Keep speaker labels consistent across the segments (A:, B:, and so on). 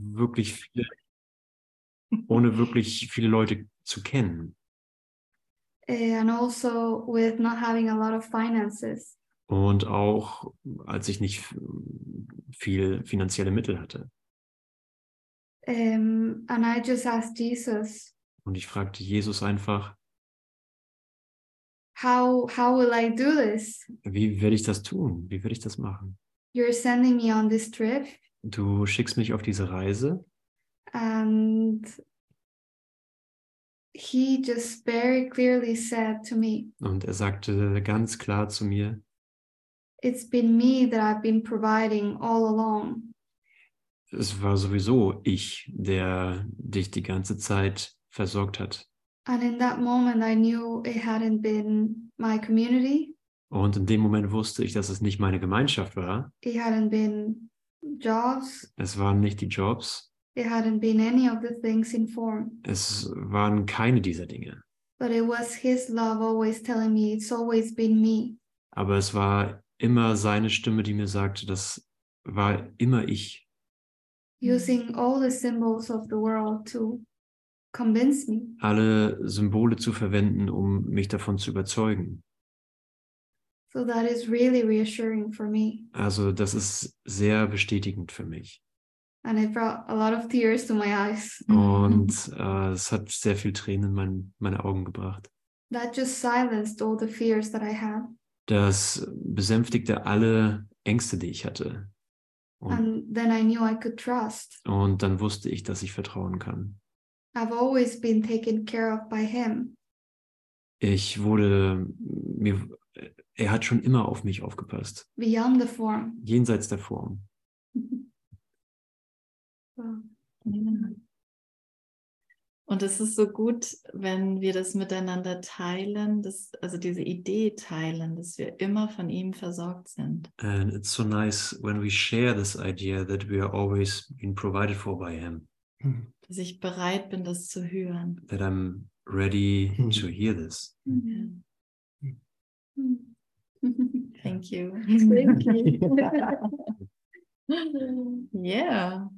A: wirklich viele, ohne wirklich viele Leute zu kennen.
B: Eh, and also with not having a lot of finances.
A: Und auch als ich nicht viel finanzielle Mittel hatte.
B: Um, and I just asked Jesus,
A: Und ich fragte Jesus einfach,
B: how, how will I do this?
A: wie werde ich das tun? Wie werde ich das machen?
B: You're sending me on this trip,
A: Du schickst mich auf diese Reise
B: and he just very clearly said to me,
A: und er sagte ganz klar zu mir,
B: It's been me that I've been providing all along.
A: es war sowieso ich, der dich die ganze Zeit versorgt hat.
B: And in that moment, I knew it hadn't been my community,
A: Und in dem Moment wusste ich, dass es nicht meine Gemeinschaft war,
B: it hadn't been jobs,
A: es waren nicht die Jobs,
B: it hadn't been any of the things in form.
A: es waren keine dieser Dinge.
B: But it was his love always telling me it's always been me.
A: Aber es war immer seine Stimme, die mir sagte, das war immer ich.
B: using all the symbols of the world to convince me.
A: Alle Symbole zu verwenden, um mich davon zu überzeugen.
B: So that is really reassuring for me.
A: Also das ist sehr bestätigend für mich.
B: And it brought a lot of tears to my eyes.
A: Und äh, es hat sehr viel Tränen in mein, meine Augen gebracht.
B: That just silenced all the fears that I had.
A: Das besänftigte alle Ängste, die ich hatte. Und,
B: And then I knew I could trust.
A: und dann wusste ich, dass ich vertrauen kann.
B: I've always been taken care of by him.
A: Ich wurde, mir, er hat schon immer auf mich aufgepasst,
B: beyond the form.
A: jenseits der Form.
B: Wow.
C: Und es ist so gut, wenn wir das miteinander teilen, dass, also diese Idee teilen, dass wir immer von ihm versorgt sind.
A: And it's so nice when we share this idea that we are always being provided for by Him,
C: Dass ich bereit bin, das zu hören.
A: that I'm ready
D: Mhm.
A: to hear this.
C: Ja. Thank you. yeah.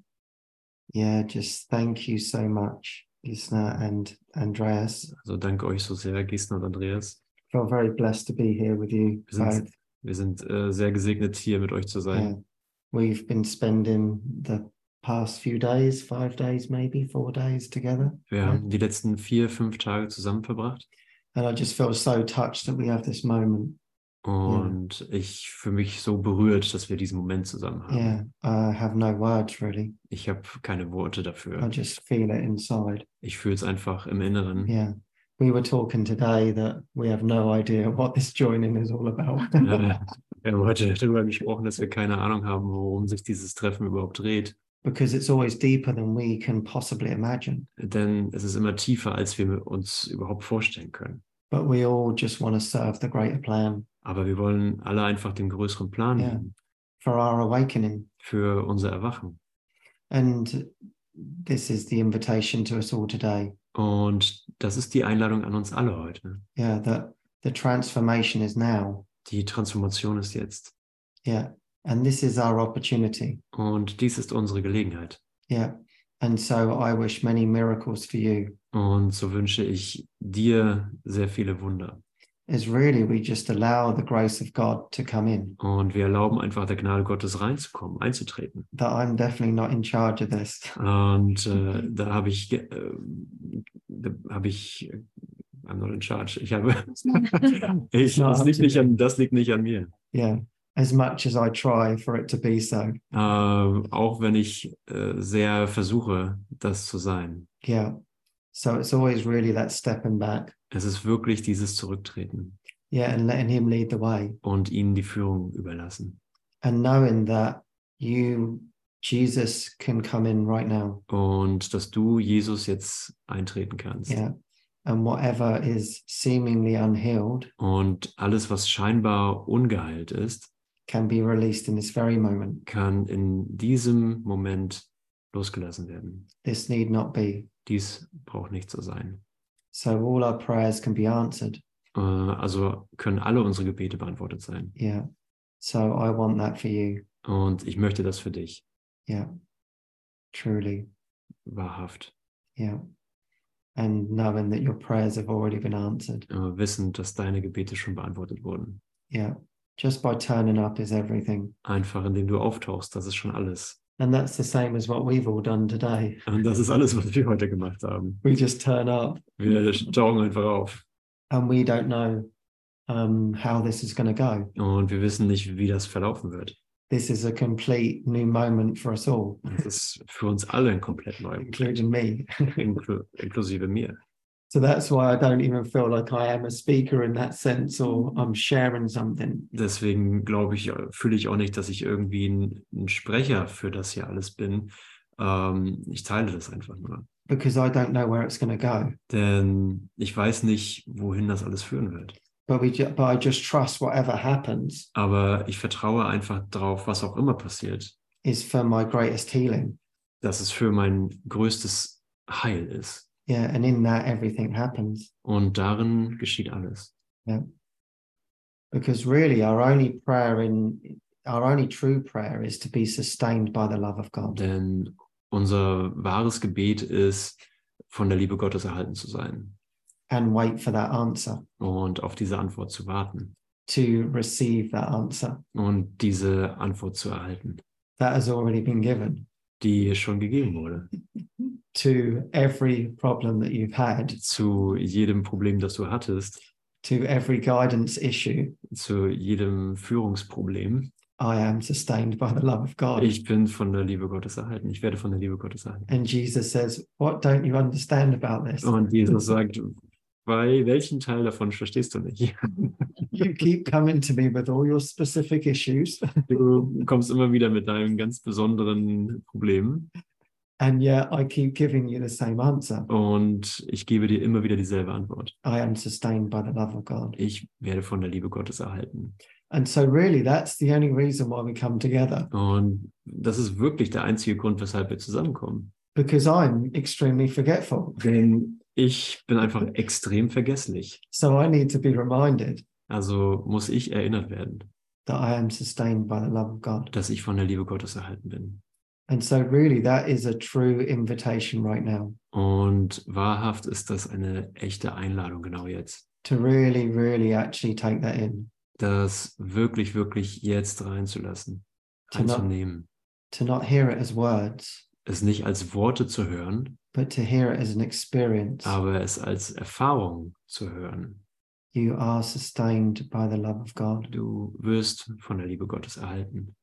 D: Yeah, just thank you so much, Gisna and Andreas.
A: Also danke euch so sehr, Gisna und Andreas.
D: Felt very blessed to be here with you
A: Wir sind,
D: both.
A: wir sind äh, sehr gesegnet, hier mit euch zu
D: Yeah.
A: sein.
D: We've been spending the past few days, five days, maybe four days together.
A: Wir haben die letzten vier, fünf Tage zusammen verbracht
D: And I just feel so touched that we have this moment.
A: und ich fühle mich so berührt, dass wir diesen Moment zusammen haben.
D: Yeah, I have no words really.
A: Ich habe keine Worte dafür.
D: I just feel it inside.
A: Ich fühle es einfach im Inneren.
D: Yeah. We were talking today that we have no idea what this joining is all about.
A: Äh, Wir haben heute darüber gesprochen, dass wir keine Ahnung haben, worum sich dieses Treffen überhaupt dreht.
D: because it's always deeper than we can possibly imagine.
A: Denn es ist immer tiefer, als wir uns überhaupt vorstellen können.
D: But we all just want to serve the greater plan
A: Aber wir wollen alle einfach den größeren Plan
D: Ja.
A: nehmen
D: for our awakening.
A: für unser Erwachen.
D: And this is the invitation to us all today.
A: Und das ist die Einladung an uns alle heute. ne?
D: Yeah, that the transformation is now.
A: Die Transformation ist jetzt.
D: Yeah. And this is our opportunity.
A: Und dies ist unsere Gelegenheit.
D: Yeah. And so I wish many miracles for you.
A: Und so wünsche ich dir sehr viele Wunder.
D: Is really we just allow the grace of God to come in.
A: Und wir erlauben einfach der Gnade Gottes reinzukommen, einzutreten.
D: That I'm definitely not in charge of this.
A: Und äh, da habe ich, ge- ähm, da habe ich, äh, I'm not in charge. Ich habe, ich,
D: Ja,
A: das, liegt
D: absolut.
A: nicht an, das liegt nicht an mir.
D: Yeah. As much as I try for it to be so.
A: Ähm, auch wenn ich äh, sehr versuche, das zu sein.
D: Yeah. So it's always really that stepping back.
A: Es ist wirklich dieses Zurücktreten
D: Yeah. And letting Him lead the way.
A: und ihnen die Führung überlassen.
D: and knowing that you, Jesus, can come in right now.
A: Und dass du, Jesus, jetzt eintreten kannst.
D: Yeah. And whatever is seemingly unhealed
A: Und alles, was scheinbar ungeheilt ist,
D: can be released in this very moment.
A: kann in diesem Moment losgelassen werden.
D: This need not be.
A: Dies braucht nicht so sein.
D: So all our prayers can be answered.
A: Äh, Also können alle unsere Gebete beantwortet sein.
D: Yeah. So I want that for you.
A: Und ich möchte das für dich.
D: Yeah. truly.
A: wahrhaft.
D: Yeah. And knowing that your prayers have already been answered.
A: Aber äh, wissen, dass deine Gebete schon beantwortet wurden.
D: Yeah. Just by turning up is everything.
A: Einfach indem du auftauchst, das ist schon alles.
D: And that's the same as what we've all done today.
A: Und das ist alles, was wir heute gemacht haben.
D: We just turn up
A: Wir tauchen einfach auf.
D: and we don't know um, how this is going to go.
A: Und wir wissen nicht, wie das verlaufen wird.
D: This is a complete new moment for us all,
A: Das ist für uns alle ein komplett neu,
D: including me.
A: inklu inklusive mir.
D: So that's why I don't even feel like I am a speaker in that sense or I'm sharing something.
A: Deswegen glaube ich, fühle ich auch nicht, dass ich irgendwie ein, ein Sprecher für das hier alles bin. Ähm, ich teile das einfach nur.
D: because I don't know where it's going to go.
A: Denn ich weiß nicht, wohin das alles führen wird.
D: But we, ju- but I just trust whatever happens
A: Aber ich vertraue einfach drauf, was auch immer passiert,
D: is for my greatest healing.
A: dass es für mein größtes Heil ist.
D: Yeah, and in that everything happens
A: Und darin geschieht alles.
D: because really our only prayer in our only true prayer is to be sustained by the love of God.
A: Denn unser wahres Gebet ist, von der Liebe Gottes erhalten zu sein
D: and wait for that answer
A: und auf diese Antwort zu warten
D: to receive that answer
A: und diese Antwort zu erhalten,
D: that has already been given
A: die schon gegeben wurde.
D: to every problem that you've had,
A: Zu jedem Problem, das du hattest,
D: to every guidance issue.
A: zu jedem Führungsproblem.
D: I am sustained by the love of God.
A: Ich bin von der Liebe Gottes erhalten. Ich werde von der Liebe Gottes erhalten.
D: And Jesus says, What don't you understand about this?
A: Und Jesus sagt, bei welchem Teil davon verstehst du nicht?
D: you keep coming to me with all your specific issues,
A: Du kommst immer wieder mit deinem ganz besonderen Problem
D: and yet I keep giving you the same answer.
A: und ich gebe dir immer wieder dieselbe Antwort.
D: I am sustained by the love of God.
A: Ich werde von der Liebe Gottes erhalten.
D: And so, really, that's the only reason why we come together
A: Und das ist wirklich der einzige Grund, weshalb wir zusammenkommen.
D: because I'm extremely forgetful.
A: Denn ich bin einfach extrem vergesslich.
D: So, I need to be reminded
A: Also muss ich erinnert werden,
D: that I am sustained by the love of God.
A: dass ich von der Liebe Gottes erhalten bin.
D: And so, really, that is a true invitation right now
A: Und wahrhaft ist das eine echte Einladung genau jetzt.
D: to really, really actually take that in,
A: Das wirklich, wirklich jetzt reinzulassen,
D: Tina.
A: anzunehmen.
D: to not hear it as words,
A: Es nicht als Worte zu hören,
D: but to hear it as an experience.
A: aber es als Erfahrung zu hören.
D: You are sustained by the love of God.
A: Du wirst von der Liebe Gottes erhalten.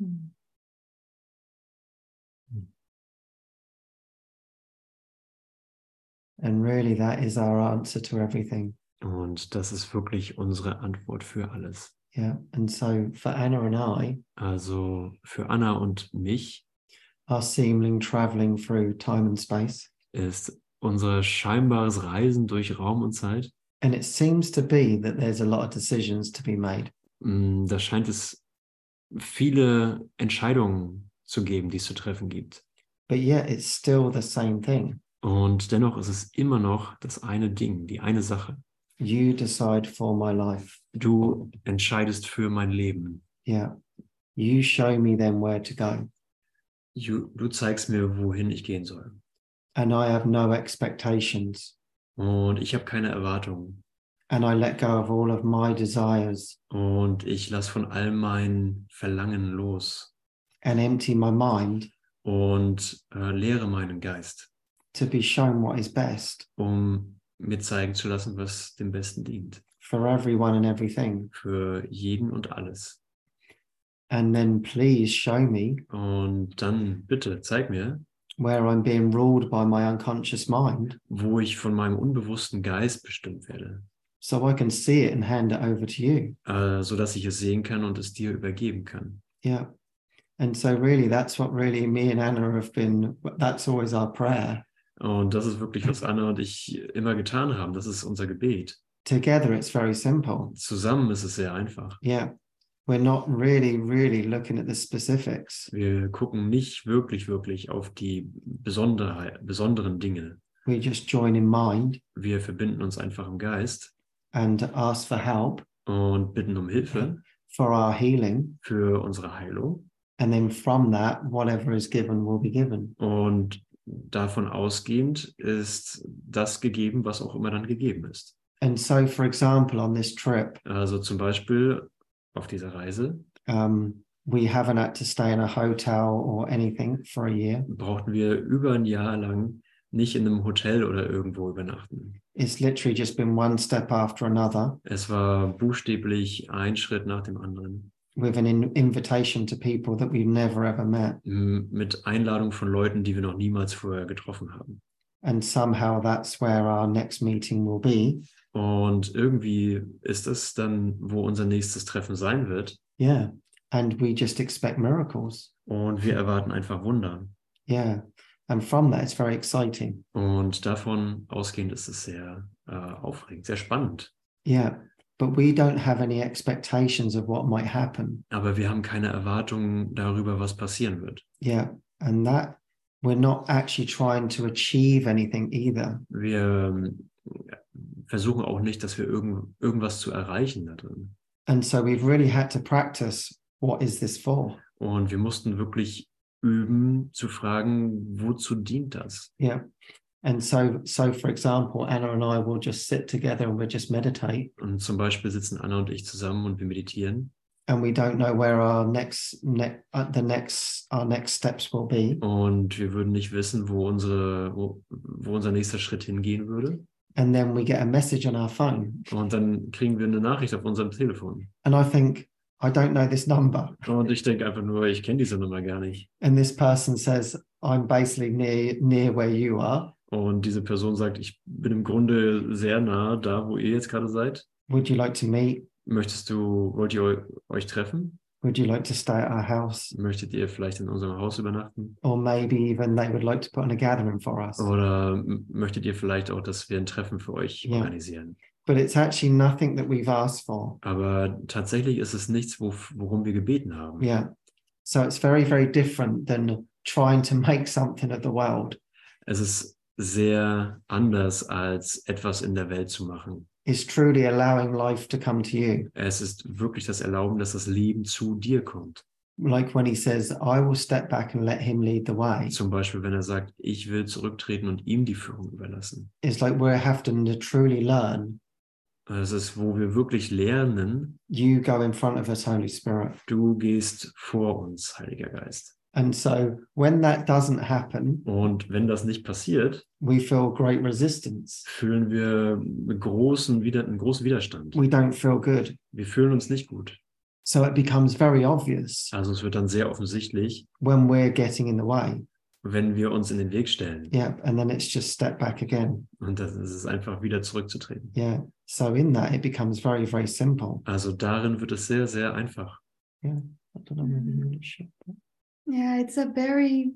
C: Hm.
D: And really, that is our answer to everything.
A: Und das ist wirklich unsere Antwort für alles.
D: Yeah. And so for Anna and I,
A: Also für Anna und mich
D: our seeming traveling through time and space.
A: ist unser scheinbares Reisen durch Raum und Zeit,
D: And it seems to be that there's a lot of decisions to be made.
A: mh, Mm, da scheint es viele Entscheidungen zu geben, die es zu treffen gibt.
D: But yet it's still the same thing.
A: Und dennoch ist es immer noch das eine Ding, die eine Sache.
D: You decide for my life.
A: Du entscheidest für mein Leben.
D: Yeah. You show me then where to go.
A: Du, du zeigst mir, wohin ich gehen soll.
D: And I have no expectations.
A: Und ich habe keine Erwartungen.
D: And I let go of all of my desires
A: Und ich lasse von all mein Verlangen los
D: and empty my mind
A: und äh, lehre meinen Geist,
D: to be shown what is best
A: um mir zeigen zu lassen, was dem Besten dient.
D: for everyone and everything.
A: Für jeden und alles.
D: And then please show me
A: Und dann bitte zeig mir,
D: where I'm being ruled by my unconscious mind
A: wo ich von meinem unbewussten Geist bestimmt werde,
D: so I can see it and hand it over to you.
A: äh, sodass ich es sehen kann und es dir übergeben kann.
D: Yeah. And so, really, that's what really me and Anna have been, that's always our prayer.
A: Und das ist wirklich, was Anna und ich immer getan haben. Das ist unser Gebet.
D: Together, it's very simple.
A: Zusammen ist es sehr einfach.
D: Yeah. We're not really, really looking at the specifics.
A: Wir gucken nicht wirklich, wirklich auf die Besonderheit, besonderen Dinge.
D: We just join in mind
A: Wir verbinden uns einfach im Geist
D: and ask for help
A: und bitten um Hilfe
D: for our healing.
A: für unsere Heilung.
D: And then from that, whatever is given will be given.
A: Und davon ausgehend ist das gegeben, was auch immer dann gegeben ist.
D: And so, for example, on this trip,
A: Also zum Beispiel auf dieser Reise
D: um, we haven't had to stay in a hotel or anything for a year.
A: brauchten wir über ein Jahr lang nicht in einem Hotel oder irgendwo übernachten.
D: It's literally just been one step after another
A: Es war buchstäblich ein Schritt nach dem anderen
D: with an in- invitation to people that we've never ever met.
A: m- mit Einladung von Leuten, die wir noch niemals vorher getroffen haben.
D: And somehow that's where our next meeting will be.
A: Und irgendwie ist das dann, wo unser nächstes Treffen sein wird.
D: Yeah. And we just expect miracles.
A: Und
D: Mhm.
A: wir erwarten einfach Wunder.
D: Yeah. And from that, it's very exciting.
A: Und davon ausgehend ist es sehr äh, aufregend, sehr spannend.
D: Yeah. But we don't have any expectations of what might happen.
A: Aber wir haben keine Erwartungen darüber, was passieren wird.
D: Yeah. And that we're not actually trying to achieve anything either.
A: Wir ähm, versuchen auch nicht, dass wir irgend, irgendwas zu erreichen da drin.
D: And so we've really had to practice what is this for?
A: Und wir mussten wirklich üben, zu fragen, wozu dient das?
D: Yeah. And so, so for example, Anna and I will just sit together and we'll just meditate
A: Und zum Beispiel sitzen Anna und ich zusammen und wir meditieren.
D: and we don't know where our next, ne- uh, the next, our next steps will be.
A: Und wir würden nicht wissen, wo, unsere, wo, wo unser nächster Schritt hingehen würde.
D: And then we get a message on our phone.
A: Und dann kriegen wir eine Nachricht auf unserem Telefon.
D: And I think, I don't know this number.
A: Und ich denke einfach nur, ich kenne diese Nummer gar nicht.
D: And this person says, I'm basically near, near where you are.
A: Und diese Person sagt, ich bin im Grunde sehr nah da, wo ihr jetzt gerade seid.
D: Would you like to meet?
A: Möchtest du, wollt ihr eu- euch treffen?
D: Would you like to stay at our house?
A: Möchtet ihr vielleicht in unserem Haus übernachten?
D: Or maybe even they would like to put on a gathering for us.
A: Oder m- möchtet ihr vielleicht auch, dass wir ein Treffen für euch
D: Ja.
A: organisieren?
D: But it's actually nothing that we've asked for.
A: Aber tatsächlich ist es nichts, wo, worum wir gebeten haben.
D: Yeah. So it's very, very different than trying to make something of the world.
A: Es ist sehr anders, als etwas in der Welt zu machen.
D: It's truly allowing life to come to you.
A: Es ist wirklich das Erlauben, dass das Leben zu dir kommt.
D: Like when he says, I will step back and let him lead the way.
A: Zum Beispiel, wenn er sagt, ich will zurücktreten und ihm die Führung überlassen.
D: It's like we're having to truly learn
A: Es ist, wo wir wirklich lernen,
D: you go in front of us, Holy Spirit.
A: du gehst vor uns, Heiliger Geist.
D: And so when that doesn't happen,
A: Und wenn das nicht passiert,
D: we feel great resistance.
A: fühlen wir einen großen, Wider- einen großen Widerstand.
D: We don't feel good.
A: Wir fühlen uns nicht gut.
D: So it becomes very obvious
A: Also es wird dann sehr offensichtlich,
D: when we're getting in the way.
A: wenn wir uns in den Weg stellen.
D: Yeah. And then it's just step back again.
A: Und das ist es einfach wieder zurückzutreten.
D: Yeah. So in that, it becomes very, very simple.
A: Also darin wird es sehr, sehr einfach.
D: I don't know whether you want to share.
B: Yeah, it's a very,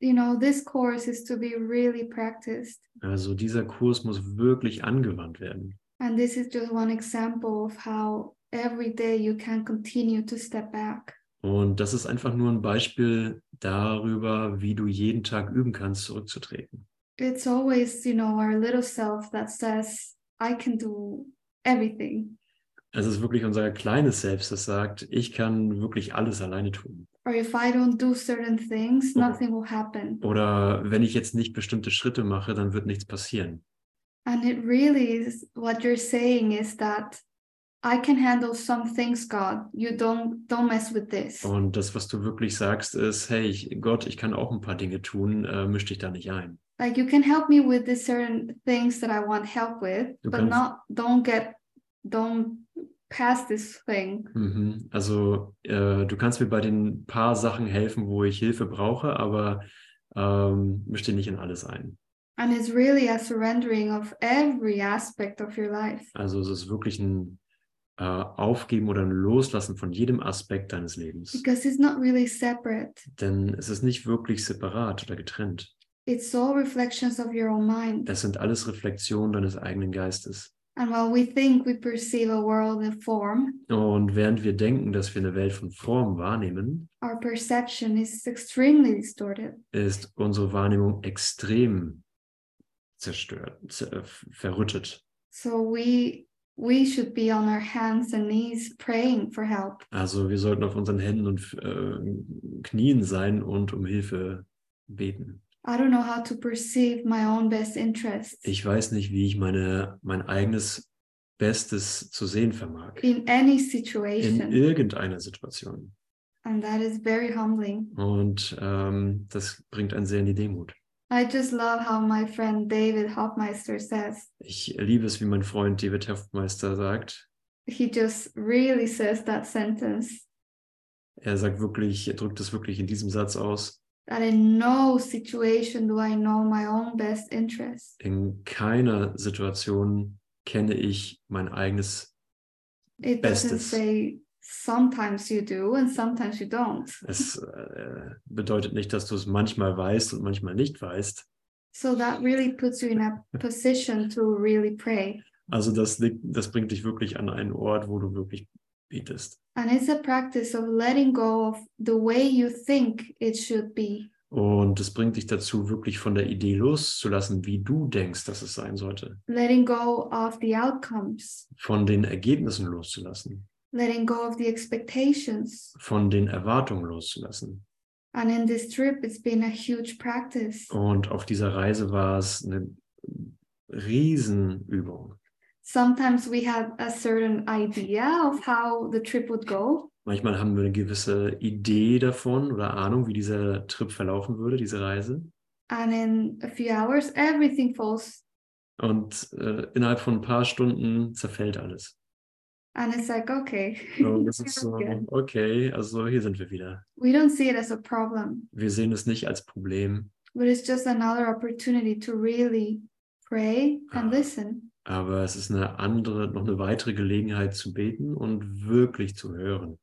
B: you know, this course is to be really practiced.
A: Also dieser Kurs muss wirklich angewandt werden.
B: And this is just one example of how every day you can continue to step back.
A: Und das ist einfach nur ein Beispiel darüber, wie du jeden Tag üben kannst, zurückzutreten.
B: It's always, you know, our little self that says, I can do everything,
A: Also Es ist wirklich unser kleines Selbst, das sagt, ich kann wirklich alles alleine tun.
B: or if I don't do certain things,
A: Mhm.
B: nothing will happen.
A: Oder wenn ich jetzt nicht bestimmte Schritte mache, dann wird nichts passieren.
B: And it really is what you're saying is that I can handle some things, God. You don't don't mess with this.
A: Und das, was du wirklich sagst, ist, hey, ich, Gott, ich kann auch ein paar Dinge tun, äh, misch dich da nicht ein.
B: Like you can help me with the certain things that I want help with,
A: You
B: but
A: can-
B: not don't get don't pass this thing.
A: Mhm. Also äh, du kannst mir bei den paar Sachen helfen, wo ich Hilfe brauche, aber ähm, misch dich nicht in alles ein.
B: And it's really a surrendering of every aspect of your life.
A: Also es ist wirklich ein äh, Aufgeben oder ein Loslassen von jedem Aspekt deines Lebens.
B: Because it's not really separate.
A: Denn es ist nicht wirklich separat oder getrennt.
B: It's all reflections of your own mind.
A: Es sind alles Reflexionen deines eigenen Geistes.
B: And while we think we perceive a world in form,
A: Und während wir denken, dass wir eine Welt von Form wahrnehmen,
B: our perception is extremely distorted.
A: ist unsere Wahrnehmung extrem zerstört, zer- verrüttet.
B: So we we should be on our hands and knees praying for help.
A: Also wir sollten auf unseren Händen und äh, Knien sein und um Hilfe beten.
B: I don't know how to perceive my own best interests
A: Ich weiß nicht, wie ich meine, mein eigenes Bestes zu sehen vermag.
B: in any
A: In
B: situation,
A: irgendeiner Situation.
B: and that is very humbling.
A: Und ähm, das bringt einen sehr in die Demut.
B: I just love how my friend David Hofmeister says.
A: Ich liebe es, wie mein Freund David Hofmeister sagt.
B: He just really says that sentence
A: Er sagt wirklich, er drückt es wirklich in diesem Satz aus.
B: that in no situation do I know my own best interests.
A: In keiner Situation kenne ich mein eigenes.
B: It doesn't
A: Bestes.
B: say sometimes you do and sometimes you don't.
A: Es äh, bedeutet nicht, dass du es manchmal weißt und manchmal nicht weißt.
B: So that really puts you in a position to really pray.
A: Also das, liegt- das bringt dich wirklich an einen Ort, wo du wirklich betest.
B: And it's a practice of letting go of the way you think it should be.
A: Und es bringt dich dazu, wirklich von der Idee loszulassen, wie du denkst, dass es sein sollte.
B: letting go of the outcomes,
A: Von den Ergebnissen loszulassen.
B: letting go of the expectations.
A: Von den Erwartungen loszulassen.
B: And in this trip, it's been a huge practice.
A: Und auf dieser Reise war es eine Riesenübung.
B: Sometimes we had a certain idea of how the trip would go,
A: Manchmal haben wir eine gewisse Idee davon oder Ahnung, wie dieser Trip verlaufen würde, diese Reise.
B: and in a few hours, everything falls.
A: Und äh, innerhalb von ein paar Stunden zerfällt alles.
B: And it's like, okay,
A: Und das ist so,
B: Good.
A: okay, also hier sind wir wieder.
B: we don't see it as a problem,
A: Wir sehen es nicht als Problem,
B: but it's just another opportunity to really pray and
A: Ah.
B: listen.
A: aber es ist eine andere, noch eine weitere Gelegenheit zu beten und wirklich zu hören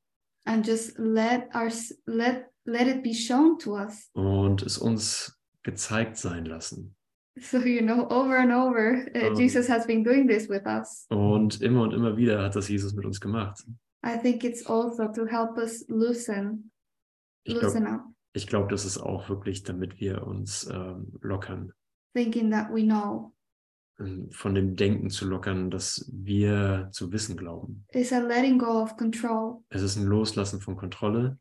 B: And just let our let let it be shown to us.
A: und es uns gezeigt sein lassen.
B: So, you know, over and over, uh,
A: Um,
B: Jesus has been doing this with us.
A: Und immer und immer wieder hat das Jesus mit uns gemacht.
B: I think it's also to help us loosen,
A: Ich glaube,
B: loosen up,
A: ich glaube, das ist auch wirklich, damit wir uns ähm, lockern,
B: thinking that we know.
A: ähm, von dem Denken zu lockern, dass wir zu wissen glauben.
B: It's a letting go of control.
A: Es ist ein Loslassen von Kontrolle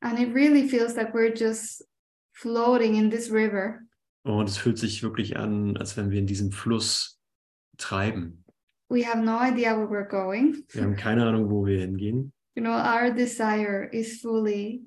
B: And it really feels that we're just floating in this river.
A: und es fühlt sich wirklich an, als wenn wir in diesem Fluss treiben.
B: We have no idea where we're going.
A: Wir haben keine Ahnung, wo wir hingehen.
B: You know, our desire is fully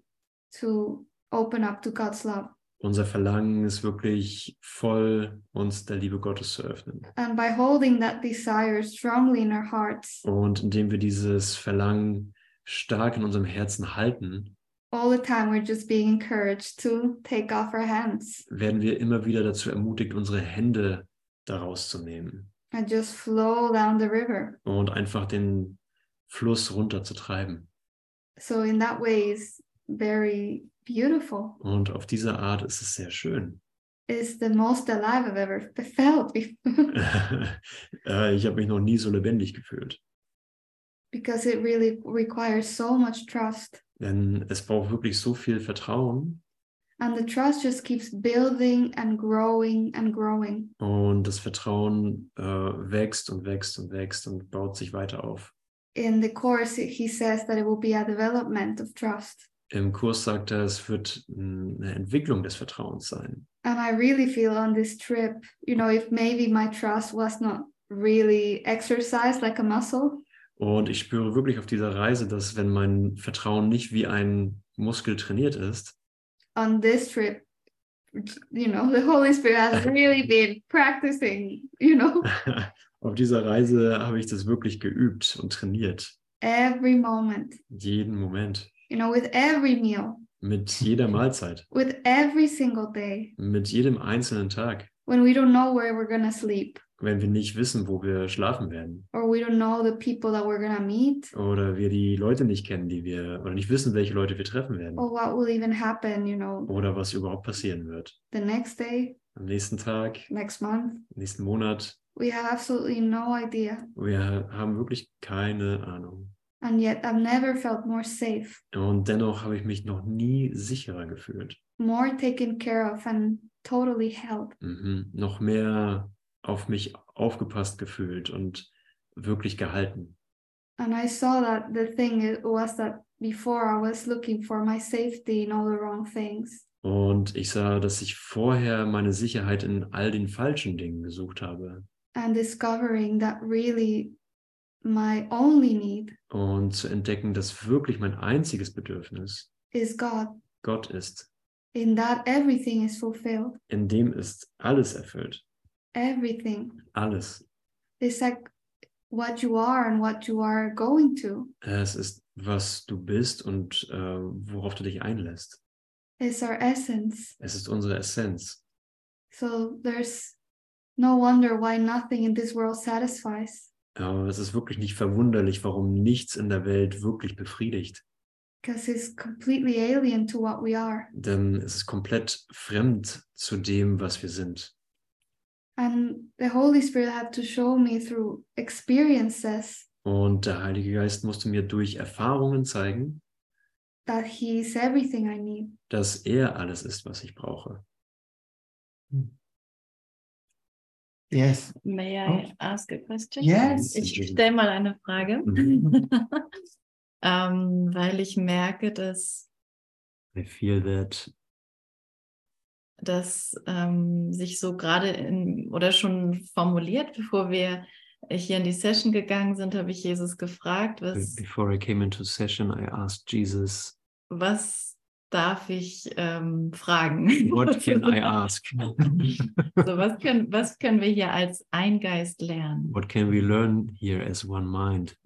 B: to open up to God's love.
A: Unser Verlangen ist wirklich voll, uns der Liebe Gottes zu öffnen.
B: And by holding that desire strongly in our hearts
A: Und indem wir dieses Verlangen stark in unserem Herzen halten,
B: all the time, we're just being encouraged to take off our hands.
A: werden wir immer wieder dazu ermutigt, unsere Hände daraus zu nehmen.
B: and just flow down the river.
A: und einfach den Fluss runterzutreiben.
B: So in that way is very beautiful.
A: Und auf diese Art ist es sehr schön.
B: It's the most alive I've ever felt be-
A: Äh, ich habe mich noch nie so lebendig gefühlt.
B: because it really requires so much trust.
A: Denn es braucht wirklich so viel Vertrauen
B: And the trust just keeps building and growing and growing.
A: und das Vertrauen äh, wächst und wächst und wächst und baut sich weiter auf.
B: In the course, he says that it will be a development of trust.
A: Im Kurs sagt er, es wird mh, eine Entwicklung des Vertrauens sein.
B: And I really feel on this trip, you know, if maybe my trust was not really exercised like a muscle,
A: Und ich spüre wirklich auf dieser Reise, dass wenn mein Vertrauen nicht wie ein Muskel trainiert ist,
B: on this trip you know the holy spirit has really been practicing you know
A: Auf dieser Reise habe ich das wirklich geübt und trainiert.
B: every moment
A: Jeden Moment.
B: you know with every meal
A: Mit jeder Mahlzeit.
B: with every single day
A: Mit jedem einzelnen Tag.
B: when we don't know where we're gonna sleep
A: Wenn wir nicht wissen, wo wir schlafen werden.
B: or we don't know the people that we're gonna meet
A: Oder wir die Leute nicht kennen, die wir, oder nicht wissen, welche Leute wir treffen werden.
B: or what will even happen you know
A: Oder was überhaupt passieren wird.
B: the next day
A: Am nächsten Tag,
B: next month
A: nächsten Monat.
B: we have absolutely no idea
A: Wir haben wirklich keine Ahnung.
B: and yet i've never felt more safe
A: Und dennoch habe ich mich noch nie sicherer gefühlt.
B: more taken care of and totally held
A: Mhm. noch mehr auf mich aufgepasst gefühlt und wirklich gehalten.
B: And I saw that the thing i- was that before I was looking for my safety in all the wrong things.
A: Und ich sah, dass ich vorher meine Sicherheit in all den falschen Dingen gesucht habe.
B: and discovering that really my only need
A: Und zu entdecken, dass wirklich mein einziges Bedürfnis
B: is God.
A: Gott ist.
B: In that, everything is fulfilled.
A: In dem ist alles erfüllt.
B: Everything.
A: Alles.
B: It's like what you are and what you are going to.
A: Es ist, was du bist und äh, worauf du dich einlässt.
B: It's our essence.
A: Es ist unsere Essenz.
B: So there's no wonder why nothing in this world satisfies
A: Aber es ist wirklich nicht verwunderlich, warum nichts in der Welt wirklich befriedigt.
B: because it's completely alien to what we are.
A: Denn es ist komplett fremd zu dem, was wir sind.
B: And the Holy Spirit had to show me through experiences
A: Und der Heilige Geist musste mir durch Erfahrungen zeigen,
B: that He is everything I need.
A: dass er alles ist, was ich brauche.
D: Yes.
C: May I
D: Oh.
C: ask a question?
D: Yes.
C: Ich
A: Natürlich.
C: stelle mal eine Frage,
A: Mhm.
C: ähm, weil ich merke, dass,
A: I feel that.
C: dass ähm, sich so gerade in oder schon formuliert, bevor wir hier in die Session gegangen sind, habe ich Jesus gefragt, was,
A: Before I came into session, I asked Jesus,
C: was darf ich ähm, fragen?
A: what can I ask?
C: So, was, können, was können wir hier als Eingeist lernen?
A: What can we learn here as one mind?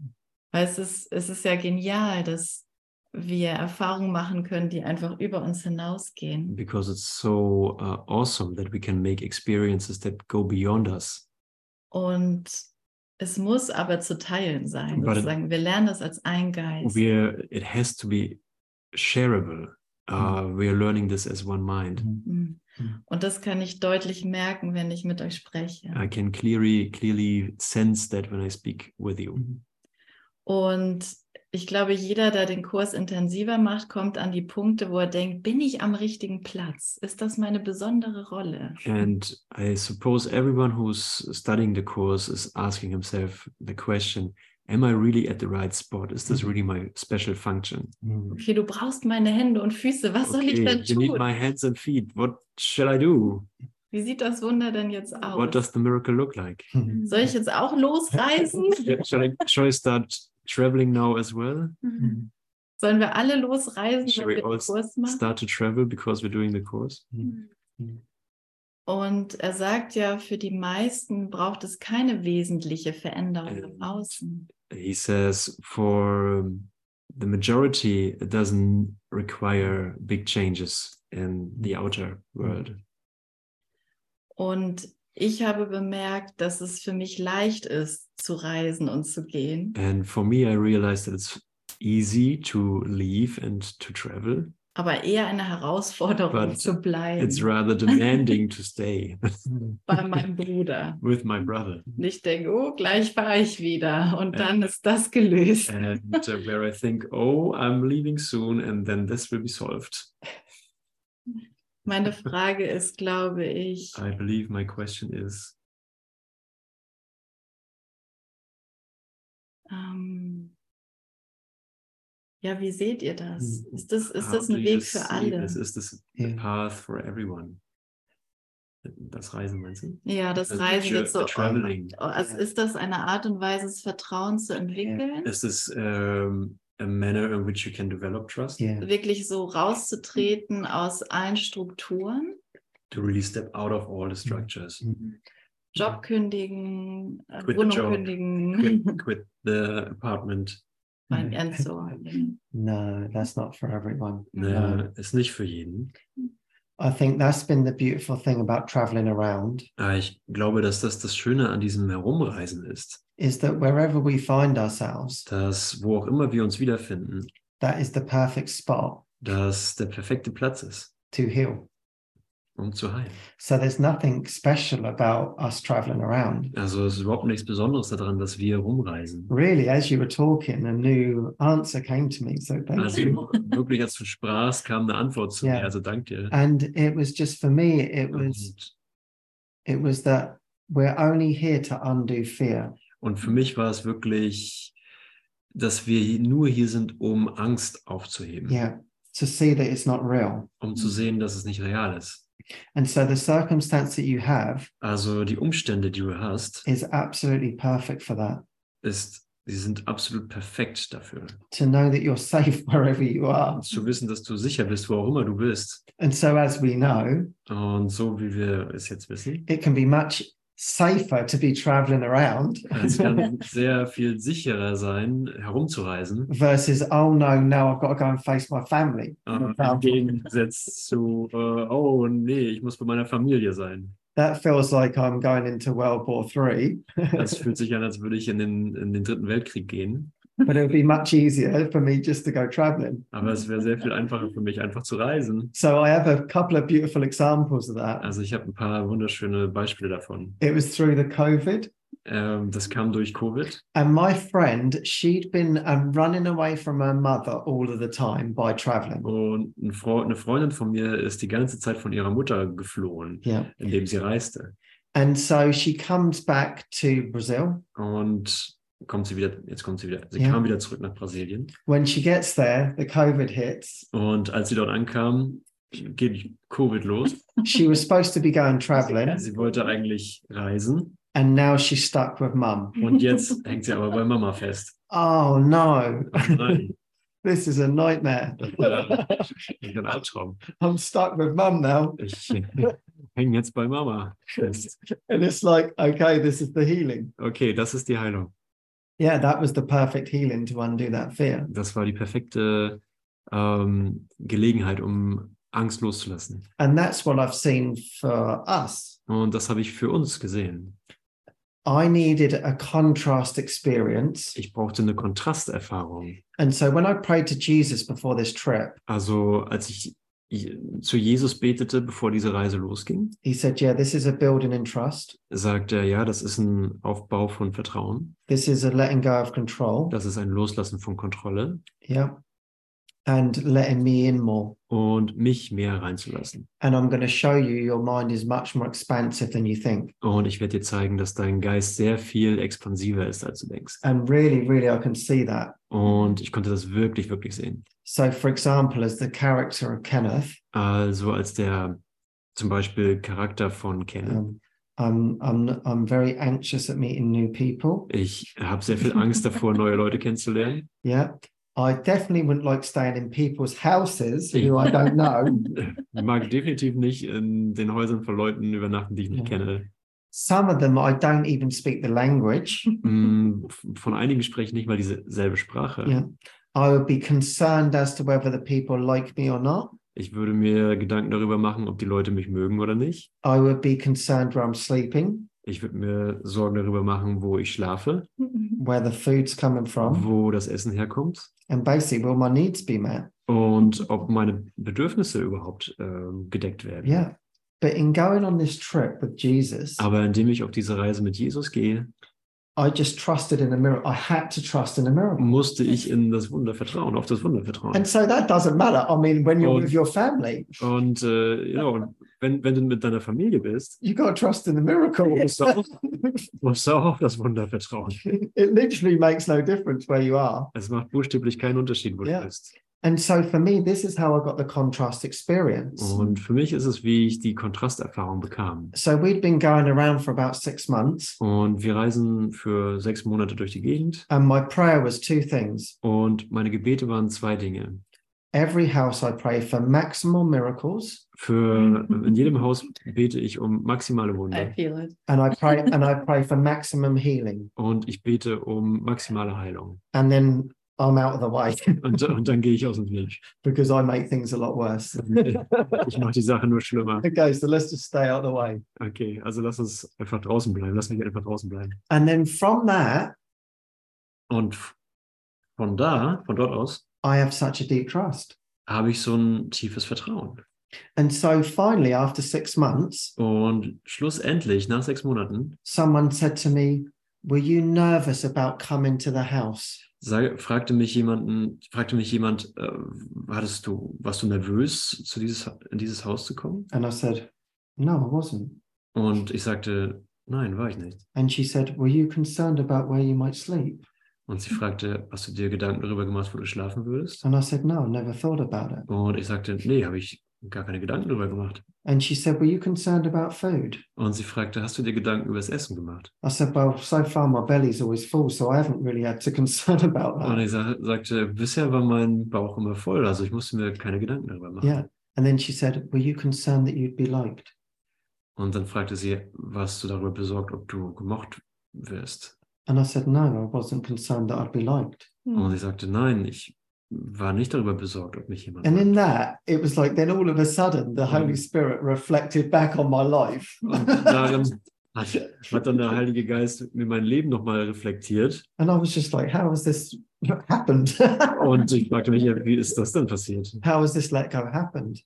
C: Weil es ist, es ist ja genial, dass wir Erfahrungen machen können, die einfach über uns hinausgehen.
A: Because it's so uh, awesome that we can make experiences that go beyond us.
C: Und es muss aber zu teilen sein.
A: But it-
C: Sozusagen. Wir lernen das als Eingeist.
A: We're, it has to be shareable. Uh, we're learning this as one mind.
C: Mhm. Und das kann ich deutlich merken, wenn ich mit euch spreche.
A: I can clearly, clearly sense that when I speak with you.
C: Und ich glaube, jeder, der den Kurs intensiver macht, kommt an die Punkte, wo er denkt, bin ich am richtigen Platz? Ist das meine besondere Rolle?
A: And I suppose everyone who's studying the course is asking himself the question Am I really at the right spot? Is this really my special function?
D: Mm.
C: Okay, du brauchst meine Hände und Füße. Was soll ich
A: Okay,
C: denn
A: you need
C: tun?
A: my hands and feet. What shall I do?
C: Wie sieht das Wunder denn jetzt
A: What
C: aus?
A: does the miracle look like?
C: Soll ich jetzt auch losreisen?
A: Shall I, shall I start traveling now as well?
C: Mm-hmm.
B: Mhm.
C: Sollen wir alle losreisen,
A: Should
C: wenn
A: we
C: wir
A: all
C: den Kurs machen?
A: Start to travel because we're doing the course?
C: Und er sagt ja, für die meisten braucht es keine wesentliche Veränderung
A: Ähm.
C: im Außen.
A: He says for um, the majority, it doesn't require big changes in the outer world.
C: Und ich habe bemerkt, dass es für mich leicht ist, zu reisen und zu gehen.
A: And for me, I realized that it's easy to leave and to travel.
C: aber eher eine Herausforderung
A: But
C: zu bleiben
A: It's rather demanding to stay
C: bei meinem Bruder.
A: with my brother.
C: Und ich denke, oh, gleich fahre ich wieder und dann ist das gelöst.
A: And uh, where I think, oh, I'm leaving soon, and then this will be solved.
C: Meine Frage ist, glaube ich,
A: I believe my question is
C: ähm, ja, wie seht ihr das?
D: Mhm.
C: Ist das, ist
A: Hm. how
C: das
A: do
C: ein
A: you
C: Weg für
A: see
C: alle?
A: This? Is this the
D: Yeah.
A: path for everyone? Das Reisen meinst du?
C: Ja, das
A: Also
C: Reisen
A: tra-
C: jetzt so.
A: traveling.
C: Also ist das eine Art und Weise, das Vertrauen zu entwickeln?
A: Is this um, a manner in which you can develop trust?
D: Yeah.
C: Wirklich so rauszutreten aus allen Strukturen?
A: To really step out of all
D: Mm-hmm.
A: the structures.
C: Job kündigen, äh,
A: Quit the
C: Wohnung
A: job.
C: kündigen.
A: Quit, quit the apartment.
C: Mein Ernst so.
D: No, that's not for everyone.
A: Ne, Ist nicht für jeden.
D: I think that's been the beautiful thing about traveling around
A: Aber Ah, ich glaube, dass das das Schöne an diesem Herumreisen ist,
D: is that wherever we find ourselves,
A: dass wo auch immer wir uns wiederfinden,
D: that is the perfect spot
A: dass der perfekte Platz ist,
D: to heal.
A: um zu heilen.
D: So there's nothing special about us traveling around.
A: Also es ist überhaupt nichts Besonderes daran, dass wir rumreisen.
D: Really, as you were talking, a new answer came to me. So thank
A: Also
D: you.
A: wirklich, als du sprachst, kam eine Antwort zu
D: Ja.
A: mir. Also dank dir.
D: And it was just for me, it was
A: Und,
D: it was that we're only here to undo fear.
A: Und für mich war es wirklich, dass wir nur hier sind, um Angst aufzuheben,
D: yeah, to see that it's not real.
A: um zu sehen, dass es nicht real ist.
D: And so the circumstance that you have
A: Also die Umstände, die du hast,
D: is absolutely perfect for that.
A: ist, die sind absolut perfekt dafür.
D: To know that you're safe wherever you are.
A: Zu wissen, dass du sicher bist, wo auch immer du bist.
D: And so, as we know,
A: Und so wie wir es jetzt wissen,
D: it can be much safer to be traveling around
A: es kann Also sehr viel sicherer sein, herumzureisen,
D: versus, oh no, now I've got to go and face my family.
A: äh, im Gegensatz zu, äh, oh nee, ich muss bei meiner Familie sein.
D: That feels like I'm going into World War Three,
A: Das fühlt sich an, als würde ich in den, in den Dritten Weltkrieg gehen.
D: but it would be much easier for me just to go traveling.
A: Aber es wäre sehr viel einfacher für mich, einfach zu reisen.
D: So, I have a couple of beautiful examples of that.
A: Also ich habe ein paar wunderschöne Beispiele davon.
D: It was through the COVID.
A: Ähm, das kam durch Covid.
D: And my friend, she'd been um, running away from her mother all of the time by traveling.
A: Und ein Fre eine Freundin von mir ist die ganze Zeit von ihrer Mutter geflohen,
D: Yeah.
A: indem sie reiste.
D: And so she comes back to Brazil.
A: Und kommt sie wieder, jetzt kommt sie wieder, sie
D: Ja.
A: kam wieder zurück nach Brasilien.
D: When she gets there, the COVID hits.
A: Und als sie dort ankam, geht Covid los.
D: She was supposed to be going traveling,
A: Sie wollte eigentlich reisen
D: and now she's stuck with mum.
A: und jetzt hängt sie aber bei Mama fest.
D: Oh no,
A: Oh nein,
D: this is a nightmare.
A: das ist ja ein Albtraum.
D: I'm stuck with mum now.
A: Ich hänge jetzt bei Mama fest.
D: And it's like, okay, this is the healing.
A: Okay, das ist die Heilung.
D: Yeah, that was the perfect healing to undo that fear.
A: Das war die perfekte ähm, Gelegenheit, um Angst loszulassen.
D: And that's what I've seen for us.
A: Und das habe ich für uns gesehen.
D: I needed a contrast experience.
A: Ich brauchte eine Kontrasterfahrung.
D: And so when I prayed to Jesus before this trip,
A: Also als ich je- zu Jesus betete, bevor diese Reise losging,
D: he said, Yeah, this is a building in trust.
A: sagte er, ja, das ist ein Aufbau von Vertrauen.
D: This is a letting go of control.
A: Das ist ein Loslassen von Kontrolle
D: Yeah. And letting me in more.
A: und mich mehr reinzulassen.
D: And I'm going to show you your mind is much more expansive than you think.
A: Und ich werde dir zeigen, dass dein Geist sehr viel expansiver ist, als du denkst.
D: And really, really, I can see that.
A: Und ich konnte das wirklich, wirklich sehen.
D: So, for example, as the character of Kenneth,
A: Also als der zum Beispiel Charakter von Kenneth.
D: um, I'm, I'm, I'm very anxious at meeting new people.
A: Ich habe sehr viel Angst davor, neue Leute kennenzulernen.
D: Yeah. I definitely wouldn't like staying in people's houses who I don't know.
A: Ich mag definitiv nicht in den Häusern von Leuten übernachten, die ich nicht
D: Ja.
A: kenne.
D: Some of them, I don't even speak the language.
A: Mm, Von einigen sprechen nicht mal dieselbe Sprache.
D: Yeah. I would be concerned as to whether the people like me or not.
A: Ich würde mir Gedanken darüber machen, ob die Leute mich mögen oder nicht.
D: I would be concerned where I'm sleeping,
A: Ich würde mir Sorgen darüber machen, wo ich schlafe,
D: where the food's coming from,
A: wo das Essen herkommt
D: and basically, will my needs be met?
A: und ob meine Bedürfnisse überhaupt ähm, gedeckt werden.
D: Yeah. But in going on this trip with Jesus,
A: Aber indem ich auf diese Reise mit Jesus gehe,
D: I just trusted in a miracle. I had to trust in a miracle.
A: musste ich in das Wunder vertrauen, auf das Wunder vertrauen.
D: And so that doesn't matter. I mean, when you're
A: Oh.
D: with your family,
A: Und äh, ja, und wenn, wenn du mit deiner Familie bist,
D: you got to trust in the miracle.
A: musst du, auch, musst du auch auf das Wunder vertrauen.
D: it literally makes no difference where you are.
A: Es macht buchstäblich keinen Unterschied, wo
D: Ja.
A: du bist.
D: And so for me, this is how I got the contrast experience.
A: Und für mich ist es, wie ich die Kontrasterfahrung bekam.
D: So we'd been going around for about six months,
A: Und wir reisen für sechs Monate durch die Gegend.
D: and my prayer was two things.
A: Und meine Gebete waren zwei Dinge.
D: Every house I pray for maximal miracles,
A: Für
D: Mhm.
A: in jedem Haus bete ich um maximale
C: I
A: Wunder
C: feel it.
D: and I pray and I pray for maximum healing,
A: und ich bete um maximale Heilung.
D: and then I'm out of the way
A: Und, und dann gehe ich aus dem Weg.
D: because I make things a lot worse.
A: Ich mache die Sache nur schlimmer.
D: Okay, so let's just stay out of the way.
A: Okay, also lass uns einfach draußen bleiben. Lass mich einfach draußen bleiben.
D: And then from that,
A: Und f- von da, von dort aus,
D: I have such a deep trust.
A: habe ich so ein tiefes Vertrauen.
D: And so finally, after six months,
A: Und schlussendlich, nach sechs Monaten,
D: someone said to me, "Were you nervous about coming to the house?"
A: sag, fragte mich jemanden, fragte mich jemand, äh, hattest du, warst du nervös, zu dieses, in dieses Haus zu kommen?
D: And I said, "No, I wasn't."
A: Und ich sagte, Nein, war ich nicht.
D: And she said, Were you concerned about where you might sleep?
A: Und sie fragte, hast du dir Gedanken darüber gemacht, wo du schlafen würdest?
D: And I said, No, never thought about it.
A: Und ich sagte, nee, habe ich gar keine Gedanken darüber gemacht.
D: And she said, Were you concerned about food?
A: Und sie fragte, hast du dir Gedanken über das Essen gemacht?
D: I said, Well, so far my belly's always full, so I haven't really had to concern about
A: Und
D: that.
A: ich sa sagte, bisher war mein Bauch immer voll, also ich musste mir keine Gedanken darüber machen.
D: Yeah. And then she said, Were you concerned that you'd be liked?
A: Und dann fragte sie, warst du darüber besorgt, ob du gemocht wirst?
D: And I said, No, I wasn't concerned that I'd be liked.
A: Und sie sagte, nein, ich war nicht darüber besorgt, ob mich jemand
D: And in
A: mag.
D: that, it was like, then all of a sudden, the Holy
A: Mm.
D: Spirit reflected back on my life.
A: Und darin hat, hat dann der Heilige Geist mir mein Leben nochmal reflektiert.
D: And I was just like, How has this happened?
A: Und Also ich fragte mich, ja, wie ist das denn passiert?
D: How has this let go happened?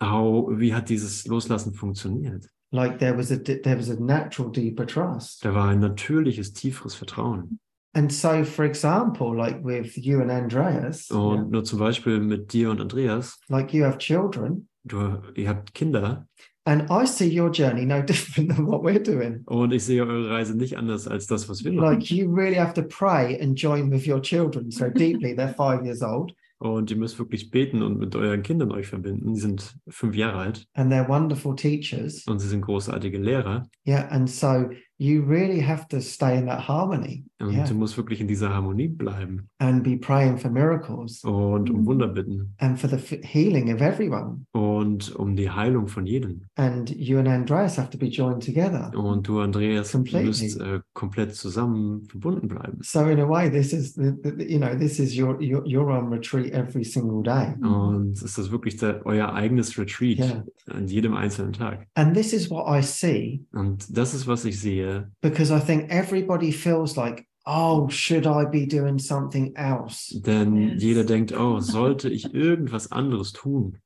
A: How, wie hat dieses Loslassen funktioniert?
D: Like there was a di- there was a natural deeper trust.
A: Da war ein natürliches, tieferes Vertrauen.
D: And so, for example, like with you and Andreas,
A: Und nur zum Beispiel mit dir und Andreas,
D: like you have children,
A: du, ihr habt Kinder
D: and I see your journey no different than what we're doing.
A: und ich sehe eure Reise nicht anders als das, was wir machen.
D: Like you really have to pray and join with your children so deeply. They're five years old
A: Und ihr müsst wirklich beten und mit euren Kindern euch verbinden. Die sind fünf Jahre alt
D: and they're wonderful teachers.
A: und sie sind großartige Lehrer.
D: Yeah, and so you really have to stay in that harmony
A: Und
D: Ja.
A: du musst wirklich in dieser Harmonie bleiben
D: and be praying for miracles
A: und um
D: Mm.
B: Mhm.
A: Wunder bitten
D: and for the f- healing of everyone.
A: und um die Heilung von jedem.
D: And you and Andreas have to be joined together.
A: Und du, Andreas,
D: Completely.
A: müsst äh, komplett zusammen verbunden bleiben.
D: So in a way, this is the, the, you know this is your your your own retreat every single day,
B: Mhm.
A: Und es ist wirklich der, euer eigenes Retreat
D: Ja.
A: an jedem einzelnen Tag.
D: and this is what I see
A: Und das ist, was ich sehe,
D: because I think everybody feels like, oh, should I be doing something else?
A: denn
C: Yes.
A: jeder denkt, oh, sollte ich irgendwas anderes tun?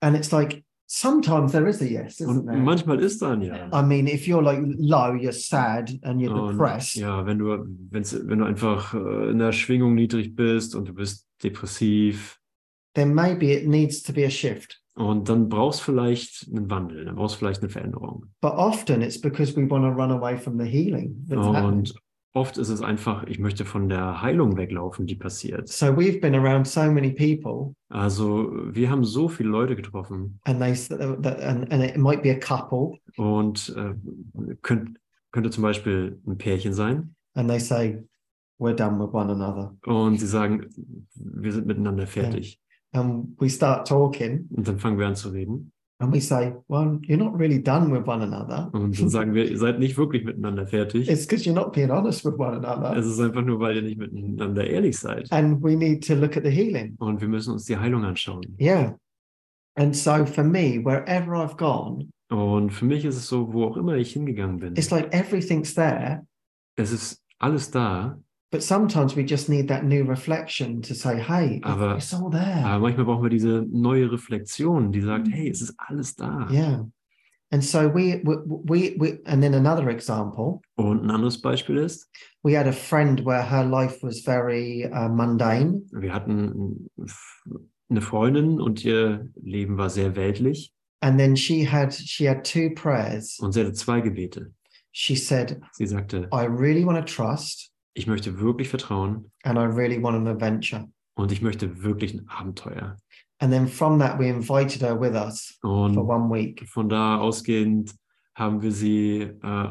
D: And it's like sometimes there is a yes, isn't
A: Und
D: there?
A: manchmal ist dann ja.
D: I mean, if you're like low, you're sad and you're
A: Und
D: depressed,
A: ja, wenn du, wenn's, wenn du einfach äh, in der Schwingung niedrig bist und du bist depressiv
D: then maybe it needs to be a shift.
A: und dann brauchst du vielleicht einen Wandel, dann brauchst du vielleicht eine Veränderung.
D: But often it's because we want to run away from the healing that's happening.
A: Und oft ist es einfach, ich möchte von der Heilung weglaufen, die passiert.
D: So we've been around so many people,
A: Also wir haben so viele Leute getroffen
D: and they s- uh, that, and, and it might be a couple,
A: und äh, könnt, könnte zum Beispiel ein Pärchen sein
D: and they say, "We're done with one another,"
A: und sie sagen, wir sind miteinander fertig.
D: and we start talking,
A: Und dann fangen wir an zu reden
D: and we say, "Well, you're not really done with one another.
A: und dann sagen wir, ihr seid nicht wirklich miteinander fertig.
D: It's because you're not being honest with one another,
A: Es ist einfach nur, weil ihr nicht miteinander ehrlich seid.
D: and we need to look at the healing."
A: Und wir müssen uns die Heilung anschauen.
D: Yeah. And so for me, wherever I've gone,
A: Und für mich ist es so, wo auch immer ich hingegangen bin,
D: it's like everything's there,
A: es ist alles da,
D: But sometimes we just need that new reflection to say, hey, it-
A: Aber-
D: it's all there. Mm.
A: aber manchmal brauchen wir diese neue Reflexion, die sagt,
C: Mhm.
A: hey, es ist alles da.
D: yeah. And so we, we, we, we, and then another example,
A: Und ein anderes Beispiel ist,
D: we had a friend where her life was very uh, mundane.
A: wir hatten eine Freundin und ihr Leben war sehr weltlich
D: And then she had, she had two prayers.
A: und sie hatte zwei Gebete.
D: She said,
A: Sie sagte,
D: I really want to trust
A: ich möchte wirklich vertrauen
D: and I really want an adventure.
A: und ich möchte wirklich ein Abenteuer.
D: And then from that, we invited her with us for
A: Und
D: one week.
A: von da ausgehend haben wir sie äh,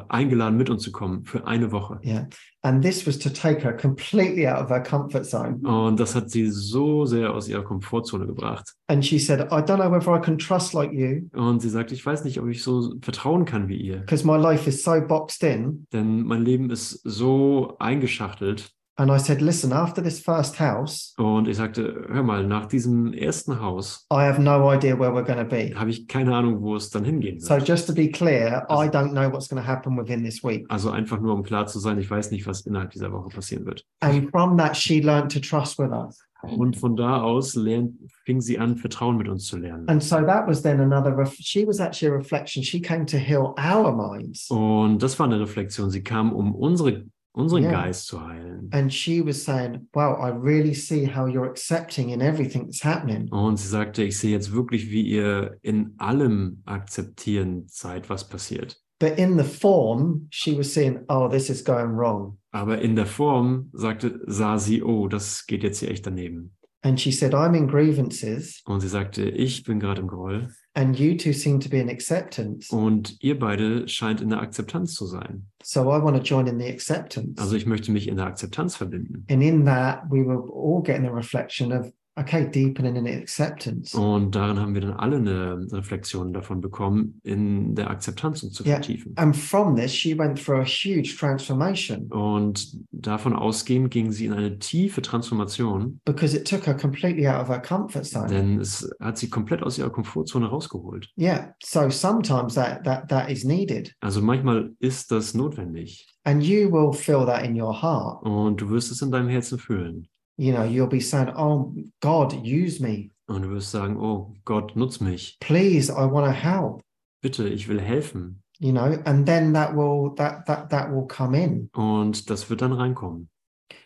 A: eingeladen, mit uns zu kommen für eine Woche.
D: Yeah. And this was to take her completely out of her comfort zone.
A: Und das hat sie so sehr aus ihrer Komfortzone gebracht.
D: And she said, I don't know whether I can trust like you.
A: Und sie sagt, ich weiß nicht, ob ich so vertrauen kann wie ihr,
D: because my life is so boxed in.
A: denn mein Leben ist so eingeschachtelt.
D: And I said, listen, after this first house,
A: Und ich sagte, hör mal, nach diesem ersten Haus
D: I have no idea where we're going to be.
A: habe ich keine Ahnung, wo es dann hingehen
D: So
A: wird.
D: just to be clear,
A: Yes.
D: I don't know what's going to happen within this week.
A: Also einfach nur, um klar zu sein, ich weiß nicht, was innerhalb dieser Woche passieren wird.
D: And from that, she learned to trust with us.
A: Und von da aus lernt, fing sie an, Vertrauen mit uns zu lernen.
D: And so that was then another, ref- she was actually a reflection. She came to heal our minds.
A: Und das war eine Reflexion. Sie kam, um unsere, unseren
D: Ja.
A: Geist zu heilen.
D: And she was saying, wow, I really see how you're accepting in everything that's happening.
A: Und sie sagte, ich sehe jetzt wirklich, wie ihr in allem akzeptierend seid, was passiert.
D: But in the form, she was saying, oh, this is going wrong.
A: Aber in der Form sagte, sah sie, oh, das geht jetzt hier echt daneben.
D: And she said, I'm in grievances,
A: Und sie sagte, ich bin gerade im Groll
D: and you two seem to be in acceptance.
A: und ihr beide scheint in der Akzeptanz zu sein.
D: So I want to join in the acceptance.
A: Also ich möchte mich in der Akzeptanz verbinden.
D: and in that, we were all getting a reflection of, okay, deepening in acceptance.
A: Und darin haben wir dann alle eine Reflexion davon bekommen, in der Akzeptanz uns zu
D: Ja.
A: vertiefen.
D: And from this, she went through a huge transformation
A: Und davon ausgehend ging sie in eine tiefe Transformation,
D: because it took her completely out of her comfort zone.
A: denn es hat sie komplett aus ihrer Komfortzone rausgeholt.
D: Yeah. So sometimes that that that is needed.
A: Also manchmal ist das notwendig
D: And you will feel that in your heart.
A: und du wirst es in deinem Herzen fühlen
D: You know, you'll be saying, Oh God, use me.
A: und du wirst sagen, oh Gott, nutz mich,
D: Please, I want to help.
A: bitte, ich will helfen.
D: You know, and then that will that that that will come in.
A: Und das wird dann reinkommen.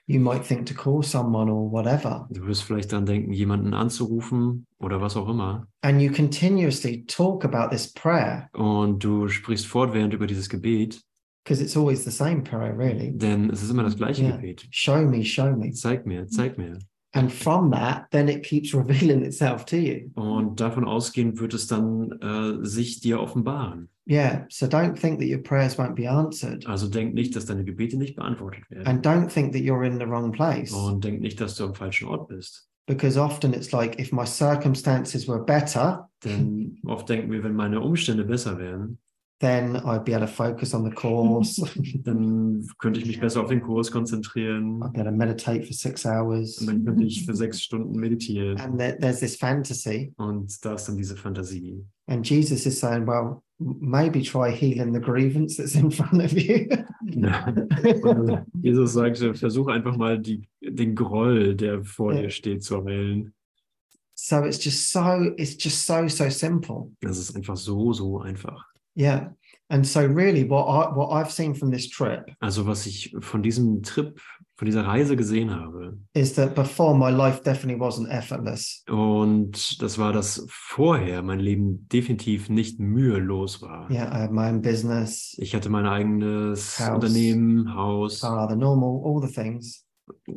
D: You might think to call someone or whatever.
A: Du wirst vielleicht dann denken, jemanden anzurufen oder was auch immer.
D: And you continuously talk about this prayer
A: Und du sprichst fortwährend über dieses Gebet,
D: because it's always the same prayer, really.
A: denn es ist immer das gleiche
D: Ja.
A: Gebet.
D: Show me, show me.
A: Zeig mir, zeig mir.
D: And from that, then it keeps revealing itself to you.
A: Und davon ausgehend wird es dann äh, sich dir offenbaren.
D: Yeah. So don't think that your prayers won't be answered.
A: Also denk nicht, dass deine Gebete nicht beantwortet werden.
D: And don't think that you're in the wrong place.
A: Und denk nicht, dass du am falschen Ort bist.
D: Because often it's like, if my circumstances were better,
A: Denn oft denken wir, wenn meine Umstände besser wären,
D: then I'd be able to focus on the course. I'd
A: dann könnte ich mich besser auf den Kurs konzentrieren.
D: be able to meditate for six hours.
A: Und dann könnte ich für sechs Stunden meditieren.
D: And there- there's this fantasy.
A: Und da ist dann diese Fantasie.
D: And Jesus is saying, well, m- maybe try healing the grievance that's in front of you.
A: Und Jesus sagte, versuch einfach mal die, den Groll, der vor
D: Ja.
A: dir steht, zu heilen.
D: so it's just so, it's just so, so simple.
A: Das ist einfach so, so einfach.
D: Yeah. And so really what I what I've seen from this trip
A: Also was ich von diesem Trip, von dieser Reise gesehen habe,
D: is that before my life definitely wasn't effortless.
A: und das war, dass vorher mein Leben definitiv nicht mühelos war.
D: Yeah, I had my own business,
A: Ich hatte mein eigenes
D: Haus.
A: Unternehmen, Haus,
D: car, the normal, all the things.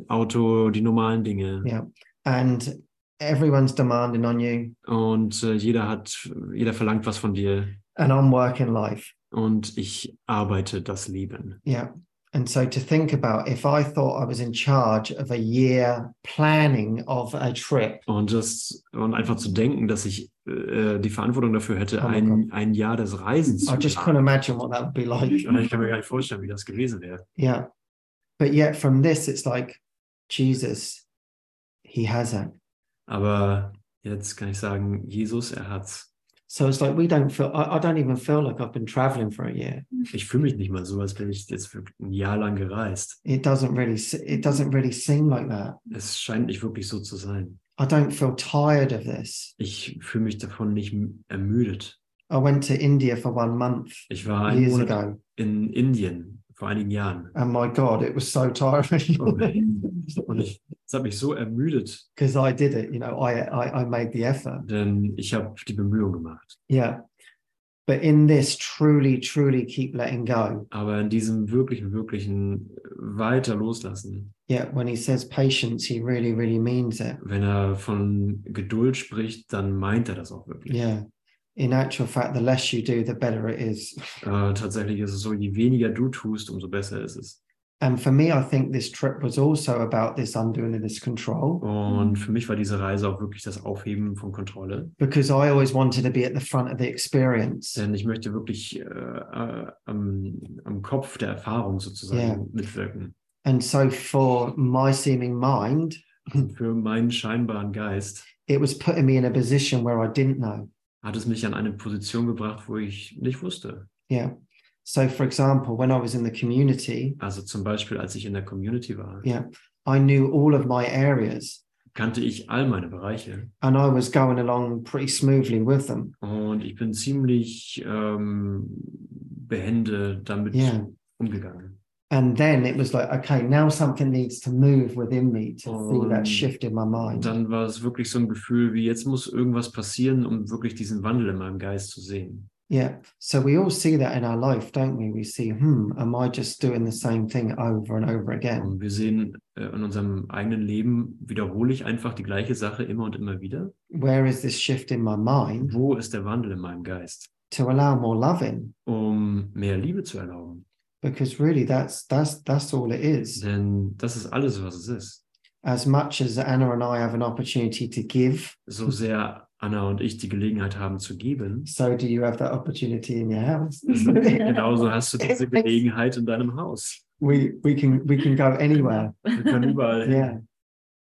A: Auto, die normalen Dinge.
D: Yeah. And everyone's demanding on you.
A: Und äh, jeder hat, jeder verlangt was von dir.
D: And I'm working life.
A: Und ich arbeite das Leben.
D: Yeah. And so to think about if I thought I was in charge of a year planning of a trip,
A: Und das, und einfach zu denken, dass ich äh, die Verantwortung dafür hätte,
D: Oh mein
A: ein, ein Jahr des Reisens
D: I
A: zu
D: just
A: planen.
D: couldn't imagine what that would be like.
A: Und ich kann mir gar nicht vorstellen, wie das gewesen wäre.
D: Yeah. But yet from this, it's like Jesus, he has it.
A: Aber jetzt kann ich sagen, Jesus, er hat's.
D: So it's like we don't feel. I, I don't even feel like I've been traveling for a year.
A: Ich fühle mich nicht mal so, als wäre ich jetzt wirklich ein Jahr lang gereist.
D: It doesn't really. se- It doesn't really seem like that.
A: Es scheint nicht wirklich so zu sein.
D: I don't feel tired of this.
A: Ich fühle mich davon nicht m- ermüdet.
D: I went to India for one month
A: Ich war einen
D: years
A: Monat
D: ago,
A: in Indien vor einigen Jahren.
D: and my God, it was so
A: Oh,
D: tiring
A: Und ich- es hat mich so ermüdet,
D: because I did it. You know, I, I I made the effort.
A: denn ich habe die Bemühung gemacht.
D: Yeah. But in this, truly, truly keep letting go.
A: Aber in diesem wirklichen, wirklichen äh, weiter loslassen,
D: Yeah. When he says patience, he really, really means it.
A: wenn er von Geduld spricht, dann meint er das auch wirklich.
D: Yeah. In actual fact, the less you do, the better it is.
A: Äh, tatsächlich ist es so, je weniger du tust, umso besser ist es.
D: And for me, I think this trip was also about this undoing of this control
A: Und für mich war diese Reise auch wirklich das Aufheben von Kontrolle.
D: because I always wanted to be at the front of the experience.
A: Denn ich möchte wirklich äh, äh, am, am Kopf der Erfahrung sozusagen
D: Ja.
A: mitwirken.
D: And so for my seeming mind,
A: Für meinen scheinbaren Geist
D: it was putting me in a position where I didn't know.
A: hat es mich an eine Position gebracht, wo ich nicht wusste.
D: Yeah. So for example, when I was in the community,
A: Also zum Beispiel, als ich in der Community war,
D: yeah, I knew all of my areas
A: kannte ich all meine Bereiche.
D: and I was going along pretty smoothly with them.
A: Und ich bin ziemlich ähm, behende damit
D: Yeah.
A: umgegangen.
D: And then it was like, okay, now something needs to move within me to see
A: Um,
D: that shift in my mind.
A: Dann war es wirklich so ein Gefühl, wie jetzt muss irgendwas passieren, um wirklich diesen Wandel in meinem Geist zu sehen.
D: Yeah. So we all see that in our life, don't we? We see, hmm, am I just doing the same thing over and over again?
A: Und wir sehen äh, in unserem eigenen Leben, wiederhole ich einfach die gleiche Sache immer und immer wieder.
D: Where is this shift in my mind
A: Mm. Wo ist der Wandel in meinem Geist?
D: to allow more love in?
A: Um mehr Liebe zu erlauben.
D: Because really that's that's that's all it is.
A: Denn das ist alles, was es ist.
D: As much as Anna and I have an opportunity to give,
A: So sehr Anna und ich die Gelegenheit haben zu geben,
D: so do you have that opportunity in your house.
A: genauso Genau hast du diese Gelegenheit in deinem Haus.
D: we we can we can go anywhere.
A: Wir können überall hin.
D: Yeah.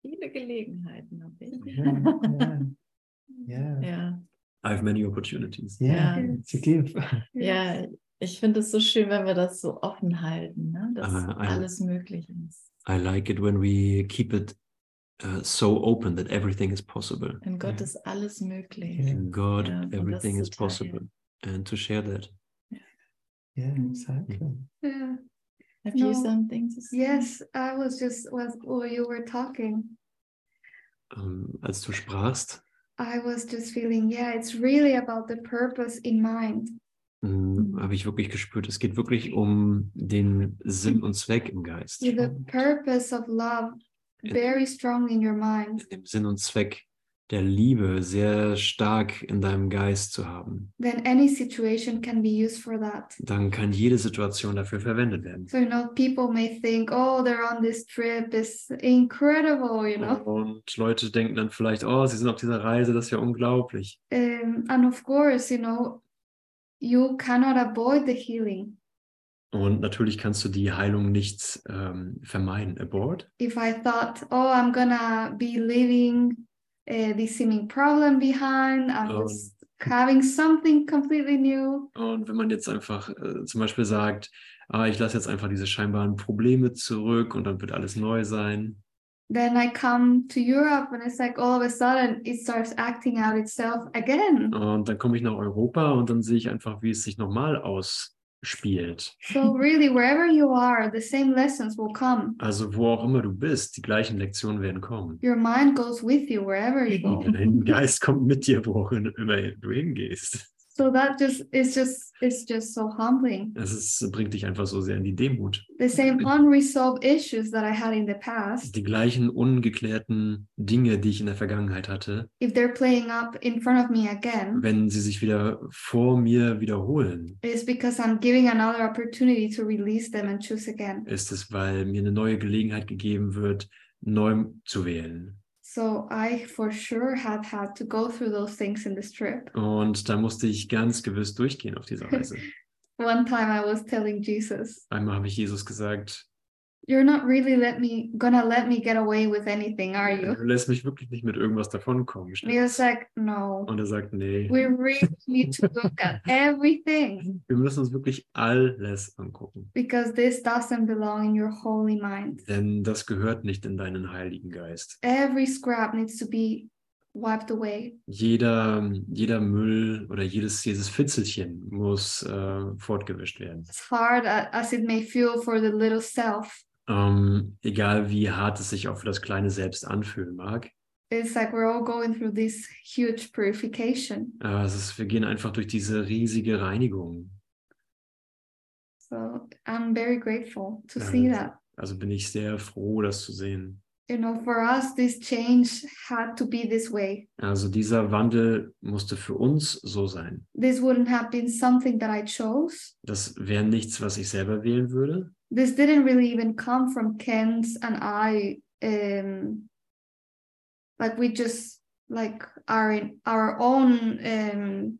C: Viele Gelegenheiten habe ich.
D: Yeah. Yeah. Yeah.
C: Ja,
A: I have many opportunities.
D: yeah.
C: Ja.
D: To give.
C: ja ich finde es so schön, wenn wir das so offen halten, ne? dass
A: Aber ein-
C: alles möglich ist.
A: I like it when we keep it uh, so open that everything is possible.
C: In Gott ist alles möglich.
D: Ja.
A: In God,
C: Yeah, and
A: everything
C: that's the target.
A: is possible. And to share that.
D: Yeah, exactly.
B: Yeah.
C: Have
B: No.
C: you something to say?
B: Yes, I was just was while you were talking,
A: Ähm, als du sprachst,
B: I was just feeling, yeah, it's really about the purpose in mind.
A: mh, mm, habe ich wirklich gespürt, es geht wirklich um den Sinn und Zweck im Geist.
B: Yeah, the purpose of love
A: It-
B: very strong in your mind.
A: Den Sinn und Zweck der Liebe sehr stark in deinem Geist zu haben.
B: Then any situation can be used for that.
A: Dann kann jede Situation dafür verwendet werden.
B: So you know, people may think, oh, they're on this trip, it's incredible, you know.
A: Und Leute denken dann vielleicht, oh, sie sind auf dieser Reise, das ist ja unglaublich.
B: Um, and of course, you know, you cannot avoid the healing.
A: Und natürlich kannst du die Heilung nicht ähm, vermeiden. Abort?
B: If I thought, oh, I'm gonna be leaving uh, this seeming problem behind, I'm
A: Oh.
B: just having something completely new.
A: Und wenn man jetzt einfach äh, zum Beispiel sagt, ah, ich lasse jetzt einfach diese scheinbaren Probleme zurück und dann wird alles neu sein.
B: Then I come to Europe and it's like all of a sudden it starts acting out itself again.
A: Und dann komme ich nach Europa und dann sehe ich einfach, wie es sich nochmal ausspielt.
B: So really, wherever you are, the same lessons will come.
A: Also wo auch immer du bist, die gleichen Lektionen werden kommen.
B: Your mind goes with you wherever you go.
A: Dein Geist kommt mit dir, wo auch immer du hingehst.
B: So that just it's just it's just so humbling.
A: Es ist, bringt dich einfach so sehr in die Demut.
B: The same unresolved issues that I had in the past,
A: Die gleichen ungeklärten Dinge, die ich in der Vergangenheit hatte,
B: if they're playing up in front of me again,
A: wenn sie sich wieder vor mir wiederholen,
B: it's because I'm giving another opportunity to release them and choose again.
A: ist es, weil mir eine neue Gelegenheit gegeben wird, neu zu wählen.
B: So I for sure have had to go through those things in this trip.
A: Und da musste ich ganz gewiss durchgehen auf dieser Reise.
B: One time I was telling Jesus,
A: Einmal habe ich Jesus gesagt,
B: "You're not really let me gonna let me get away with anything, are
A: du
B: you?"
A: lässt mich wirklich nicht mit irgendwas davonkommen.
B: And he was like, "No."
A: Und er sagt, nee,
B: we really need to look at everything
A: wir müssen uns wirklich alles angucken.
B: because this doesn't belong in your holy mind.
A: Denn das gehört nicht in deinen Heiligen Geist.
B: Every scrap needs to be wiped away.
A: Jeder, jeder Müll oder jedes, jedes Fitzelchen muss äh, fortgewischt werden.
B: As hard a- as it may feel for the little self,
A: Ähm, egal wie hart es sich auch für das kleine Selbst anfühlen mag.
B: it's like we're all going through this huge purification.
A: Äh, es ist, wir gehen einfach durch diese riesige Reinigung.
B: So I'm very grateful to
A: Yeah,
B: see
A: that's-
B: that.
A: Also bin ich sehr froh, das zu sehen.
B: You know, for us, this change had to be this way.
A: Also dieser Wandel musste für uns so sein.
B: This wouldn't have been something that I chose.
A: Das wäre nichts, was ich selber wählen würde.
B: this didn't really even come from Ken's and I um like we just like our our own um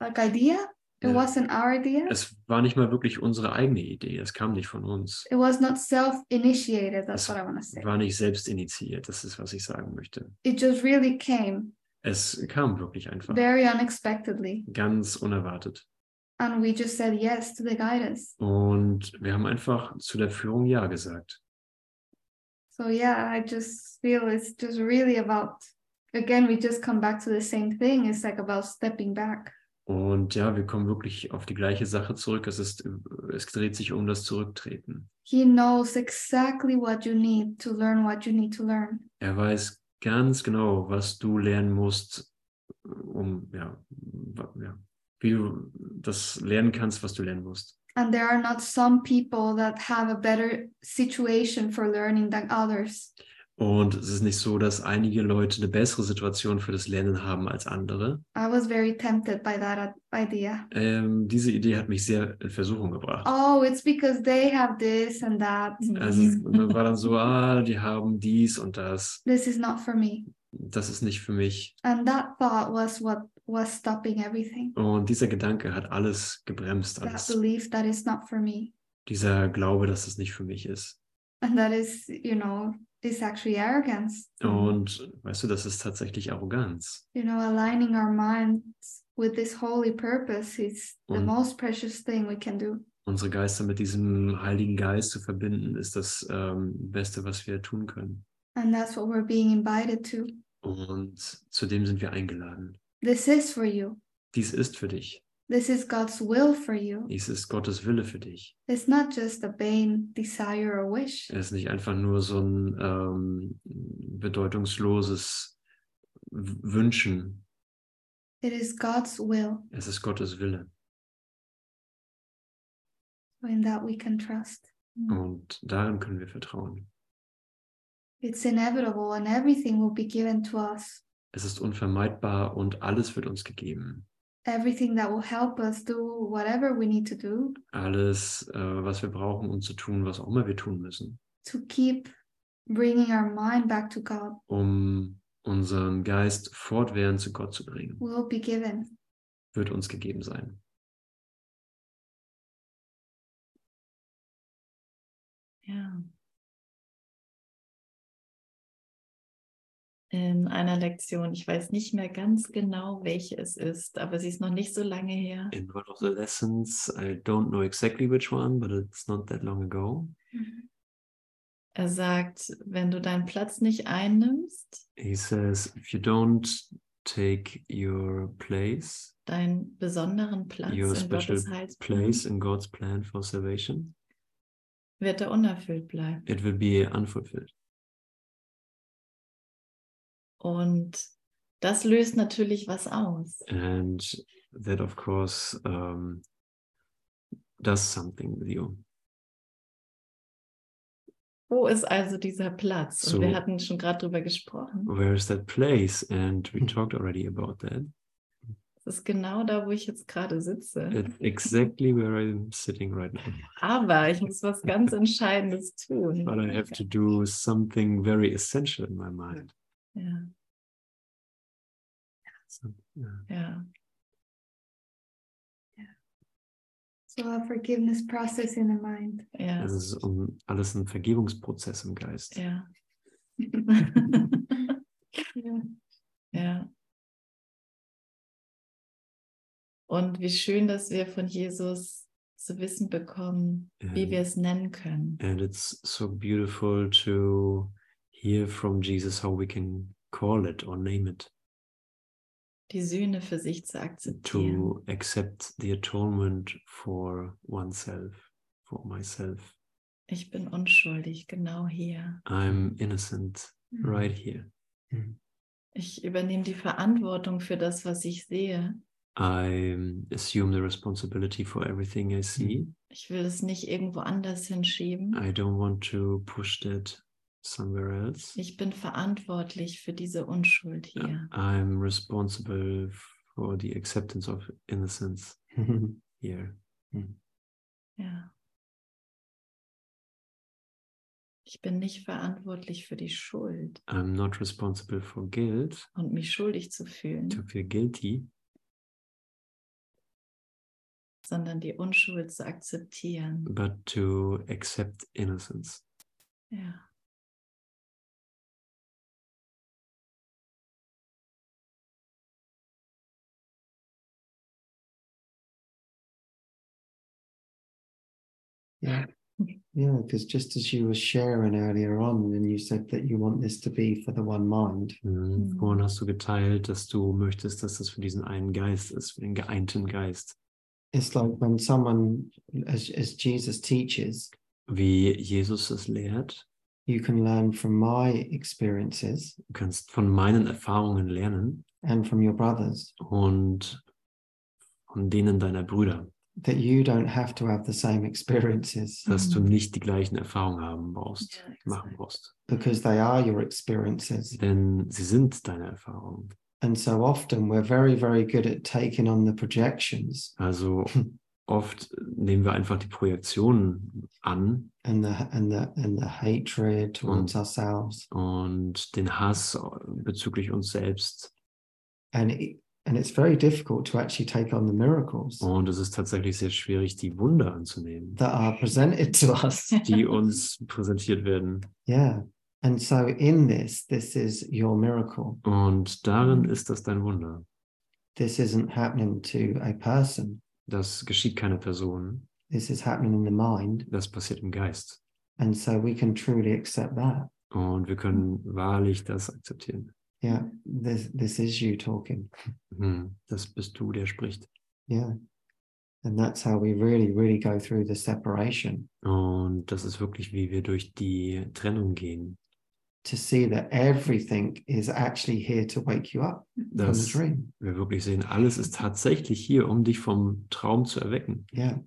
B: like idea it
A: Ja.
B: wasn't our idea
A: Es war nicht mal wirklich unsere eigene Idee. Es kam nicht von uns.
B: it was not self-initiated that's
A: Es
B: what I want to say
A: War nicht selbst initiiert. Das ist, was ich sagen möchte.
B: it just really came
A: Es kam wirklich einfach.
B: very unexpectedly
A: Ganz unerwartet.
B: and we just said yes to the guidance
A: Und wir haben einfach zu der Führung Ja gesagt.
B: so yeah I just feel it's just really about again we just come back to the same thing it's like about stepping back
A: Und ja, wir kommen wirklich auf die gleiche Sache zurück. Es, ist, es dreht sich um das Zurücktreten.
B: He knows exactly what you need to learn what you need to learn.
A: Er weiß ganz genau, was du lernen musst, um, ja, wa- ja wie du das lernen kannst, was du lernen musst.
B: And there are not some people that have a better situation for learning than others.
A: Und es ist nicht so, dass einige Leute eine bessere Situation für das Lernen haben als andere.
B: I was very tempted by that ad- idea.
A: Ähm, diese Idee hat mich sehr in Versuchung gebracht.
B: Oh, it's because they have this and that.
A: Also man war dann so, ah, die haben dies und das.
B: This is not for me.
A: Das ist nicht für mich.
B: And that thought was what was stopping everything.
A: Und dieser Gedanke hat alles gebremst,
B: That
A: alles.
B: belief that it's not for me.
A: Dieser Glaube, dass es nicht für mich ist.
B: And that is, you know, is actually arrogance.
A: Und weißt du, das ist tatsächlich Arroganz.
B: You know, aligning our minds with this holy purpose is the
A: Und-
B: most precious thing we can do.
A: Unsere Geister mit diesem Heiligen Geist zu verbinden, ist das ähm, Beste, was wir tun können.
B: And that's what we're being invited to.
A: Und zu dem sind wir eingeladen.
B: This is for you.
A: Dies ist für dich.
B: This is God's will for you.
A: Dies ist Gottes Wille für dich.
B: It's not just a vain desire or wish.
A: Es ist nicht einfach nur so ein ähm, bedeutungsloses W- Wünschen.
B: It is God's will.
A: Es ist Gottes Wille.
B: In that we can trust.
A: Und darin können wir vertrauen.
B: It's inevitable and everything will be given to us.
A: Es ist unvermeidbar und alles wird uns gegeben.
B: Everything that will help us do whatever we need to do
A: Alles, äh, was wir brauchen, um zu tun, was auch immer wir tun müssen.
B: to keep bringing our mind back to God
A: um unseren Geist fortwährend zu Gott zu bringen,
B: will be given.
A: wird uns gegeben sein.
C: Ja. In einer Lektion, ich weiß nicht mehr ganz genau, welche es ist, aber sie ist noch nicht so lange her.
A: In one of the lessons, I don't know exactly which one, but it's not that long ago.
C: Er sagt, wenn du deinen Platz nicht einnimmst,
A: He says, if you don't take your place,
C: deinen besonderen Platz
A: Your
C: in Gottes
A: special
C: Heilsplan,
A: place in God's plan for salvation,
C: wird er unerfüllt bleiben.
A: it will be unfulfilled.
C: Und das löst natürlich was aus.
A: And that, of course, um, does something with you.
C: Wo ist also dieser Platz? Und wir
A: So.
C: hatten schon gerade drüber gesprochen.
A: Where is that place? And we
D: Mhm.
A: talked already about that.
C: Es ist genau da, wo ich jetzt gerade sitze.
A: It's exactly where I'm sitting right now.
C: Aber ich muss was ganz Entscheidendes tun.
A: but I have to do something very essential in my mind.
C: Ja,
A: So, yeah.
C: ja.
B: So a forgiveness process in the mind.
C: Ja,
A: Es ist um alles ein Vergebungsprozess im Geist.
C: ja. ja. Und wie schön, dass wir von Jesus zu wissen bekommen, wie
A: Ähm.
C: wir es nennen können.
A: And it's so beautiful to hear from Jesus how we can call it or name it,
C: Die Sühne für sich zu
A: to
C: akzeptieren.
A: accept the atonement for oneself, for myself.
C: Ich bin unschuldig, genau hier.
A: I'm innocent right here.
C: Ich übernehme die Verantwortung für das, was ich sehe.
A: I assume the responsibility for everything I see.
C: Ich will es nicht irgendwo anders hinschieben.
A: I don't want to push that somewhere else.
C: Ich bin verantwortlich für diese Unschuld
A: Yeah,
C: hier.
A: I'm responsible for the acceptance of innocence here.
C: Ja. Ich bin nicht verantwortlich für die Schuld
A: I'm not responsible for guilt,
C: und mich schuldig zu
A: to
C: fühlen,
A: feel guilty,
C: sondern die Unschuld zu akzeptieren.
A: but to accept innocence.
C: Ja.
D: Yeah. Yeah, because just as you were sharing earlier on, and you said that you want this to be for the one mind,
A: Mhm.
C: Mhm.
A: Vorhin hast du geteilt, dass du möchtest, dass das für diesen einen Geist ist, für den geeinten Geist.
D: it's like when someone, as, as Jesus teaches,
A: Wie Jesus es lehrt,
D: you can learn from my experiences
A: du kannst von meinen Erfahrungen lernen
D: and from your brothers.
A: und und denen deiner Brüder,
D: that you don't have to have the same experiences
A: dass du
C: Mhm.
A: nicht die gleichen Erfahrungen haben brauchst,
C: Ja, exakt.
A: machen brauchst.
D: because they are your experiences.
A: Denn sie sind deine Erfahrungen.
D: And so often we're very, very good at taking on the projections
A: Also oft nehmen wir einfach die Projektionen an
D: and the and the and the hatred towards
A: Mm.
D: ourselves.
A: und den Hass bezüglich uns selbst.
D: And it, and it's very difficult to actually take on the miracles
A: Und es ist tatsächlich sehr schwierig, die Wunder anzunehmen,
D: that are presented to us.
A: die uns präsentiert werden.
D: Yeah. And so in this, this is your miracle.
A: Und darin ist das dein Wunder.
D: This isn't happening to a person.
A: Das geschieht keiner Person,
D: This is happening in the mind.
A: das passiert im Geist.
D: And so we can truly accept that.
A: Und wir können wahrlich das akzeptieren.
D: Yeah. This this is you talking.
A: Hm, Das bist du, der spricht.
D: Yeah. And that's how we really, really go through the separation
A: Und das ist wirklich, wie wir durch die Trennung gehen.
D: to see that everything is actually here to wake you up from the
A: Dass
D: dream.
A: wir wirklich sehen, alles ist tatsächlich hier, um dich vom Traum zu erwecken.
D: Yeah.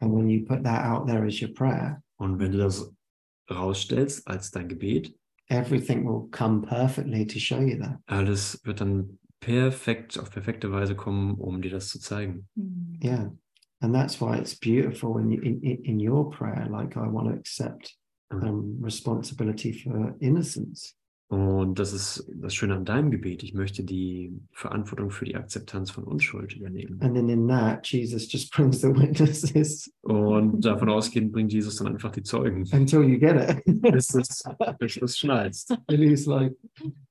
D: And when you put that out there as your prayer,
A: Und wenn du das rausstellst als dein Gebet,
D: everything will come perfectly to show you that.
A: alles wird dann perfekt, auf perfekte Weise kommen, um dir das zu zeigen.
C: Mhm.
D: Yeah. And that's why it's beautiful in, in, in- in your prayer. Like, I want to accept um, responsibility for innocence.
A: Und das ist das Schöne an deinem Gebet. Ich möchte die Verantwortung für die Akzeptanz von Unschuld übernehmen.
D: And then in that, Jesus just brings the witnesses
A: Und davon ausgehend bringt Jesus dann einfach die Zeugen,
D: until you get it.
A: bis es bis du es schnallst.
D: and he's like,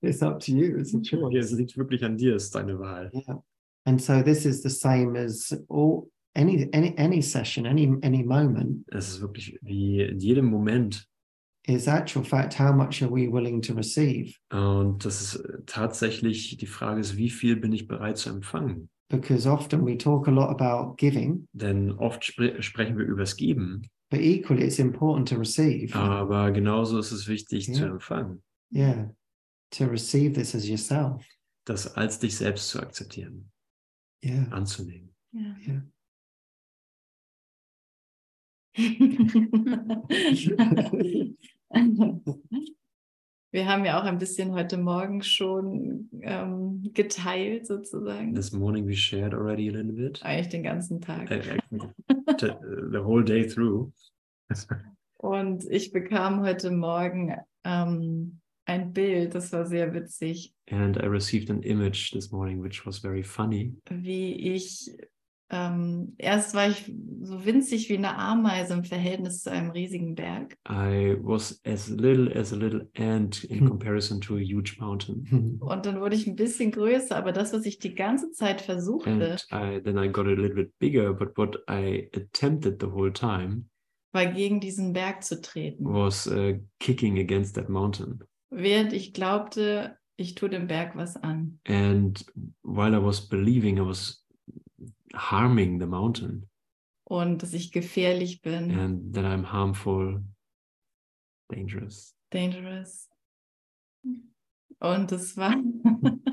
D: it's up to you. It's a choice.
A: Es liegt wirklich an dir, ist deine Wahl.
D: Yeah. And so this is the same as all any any any session, any any moment
A: Es ist wirklich wie in jedem Moment.
D: is actual fact how much are we willing to receive?
A: Und das ist äh, tatsächlich, die Frage ist, wie viel bin ich bereit zu empfangen?
D: Because often we talk a lot about giving,
A: Denn oft spre sprechen wir übers Geben,
D: but equally it's important to receive.
A: aber genauso ist es wichtig zu
D: Ja.
A: empfangen,
D: yeah. To receive this as yourself.
A: das als dich selbst zu akzeptieren,
D: Yeah.
A: anzunehmen.
C: Ja.
D: Ja.
C: Wir haben ja auch ein bisschen heute Morgen schon ähm, geteilt, sozusagen.
A: This morning we shared already a little bit,
C: Eigentlich den ganzen Tag.
A: Äh, äh, t- äh, the whole day through.
C: Und ich bekam heute Morgen ähm, ein Bild, das war sehr witzig,
A: And I received an image this morning, which was very funny.
C: wie ich, ähm, erst war ich so winzig wie eine Ameise im Verhältnis zu einem riesigen Berg.
A: I was as little as a little ant in
D: Hmm.
A: comparison to a huge mountain.
C: Und dann wurde ich ein bisschen größer, aber das, was ich die ganze Zeit versuchte,
A: And I, then I got a little bit bigger, but what I attempted the whole time
C: war gegen diesen Berg zu treten,
A: was uh, kicking against that mountain.
C: während ich glaubte, ich tue dem Berg was an.
A: And while I was believing, I was harming the mountain
C: Und dass ich gefährlich bin,
A: and that I'm harmful, dangerous.
C: dangerous. Und es war,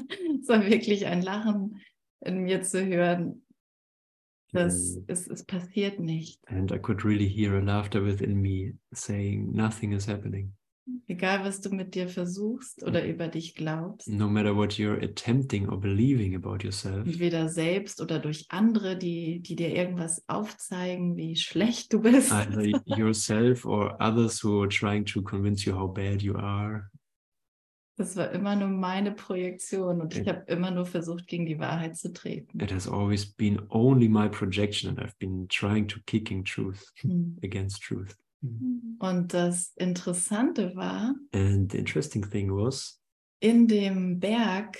C: es war wirklich ein Lachen in mir zu hören, dass
A: And,
C: es, es passiert nicht.
A: and I could really hear a laughter within me saying, Nothing is happening.
C: Egal, was du mit dir versuchst oder über dich glaubst,
A: No matter what you're attempting or believing about yourself,
C: entweder selbst oder durch andere, die, die dir irgendwas aufzeigen, wie schlecht du bist.
A: either yourself or others who are trying to convince you how bad you are.
C: Das war immer nur meine Projektion und ich
A: Okay.
C: habe immer nur versucht, gegen die Wahrheit zu treten.
A: It has always been only my projection, and I've been trying to kicking truth
C: Hm.
A: against truth.
C: Und das Interessante war,
A: And the interesting thing was
C: in dem Berg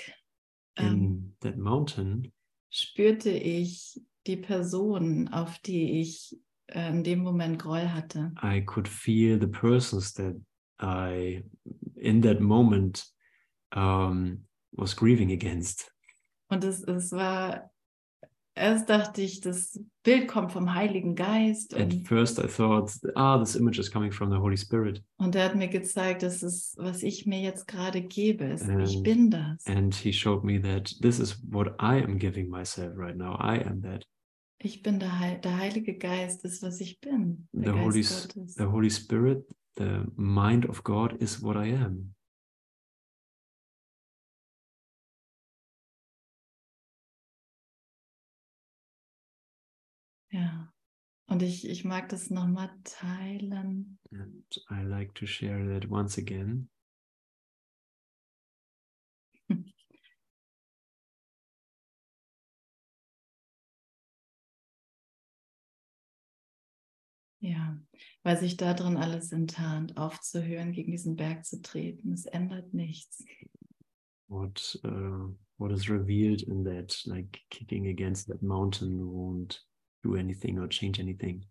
A: in
C: ähm,
A: that mountain,
C: spürte ich die Person, auf die ich äh, in dem Moment Groll hatte.
A: I could feel the persons that I, in that moment, um, was grieving against.
C: Und es, es war, erst dachte ich, das Bild kommt vom Heiligen Geist
A: At
C: und,
A: first, I thought, ah, this image is coming from the Holy Spirit.
C: und er hat mir gezeigt, dass es, was ich mir jetzt gerade gebe, ist, ich
A: Ähm,
C: bin das.
A: And he showed me that this is what I am giving myself right now. I am that.
C: Ich bin der, Heil der Heilige Geist, ist was ich bin. Der
A: The Holy S-
C: Geist Gottes.
A: The Holy Spirit, the mind of God is what I am.
C: Ja. Und ich, ich mag das nochmal teilen.
A: And I like to share that once again.
C: Ja, weil sich da drin alles enttarnt, aufzuhören, gegen diesen Berg zu treten. Es ändert nichts.
A: What uh, what is revealed in that, like kicking against that mountain, won't do anything or change anything.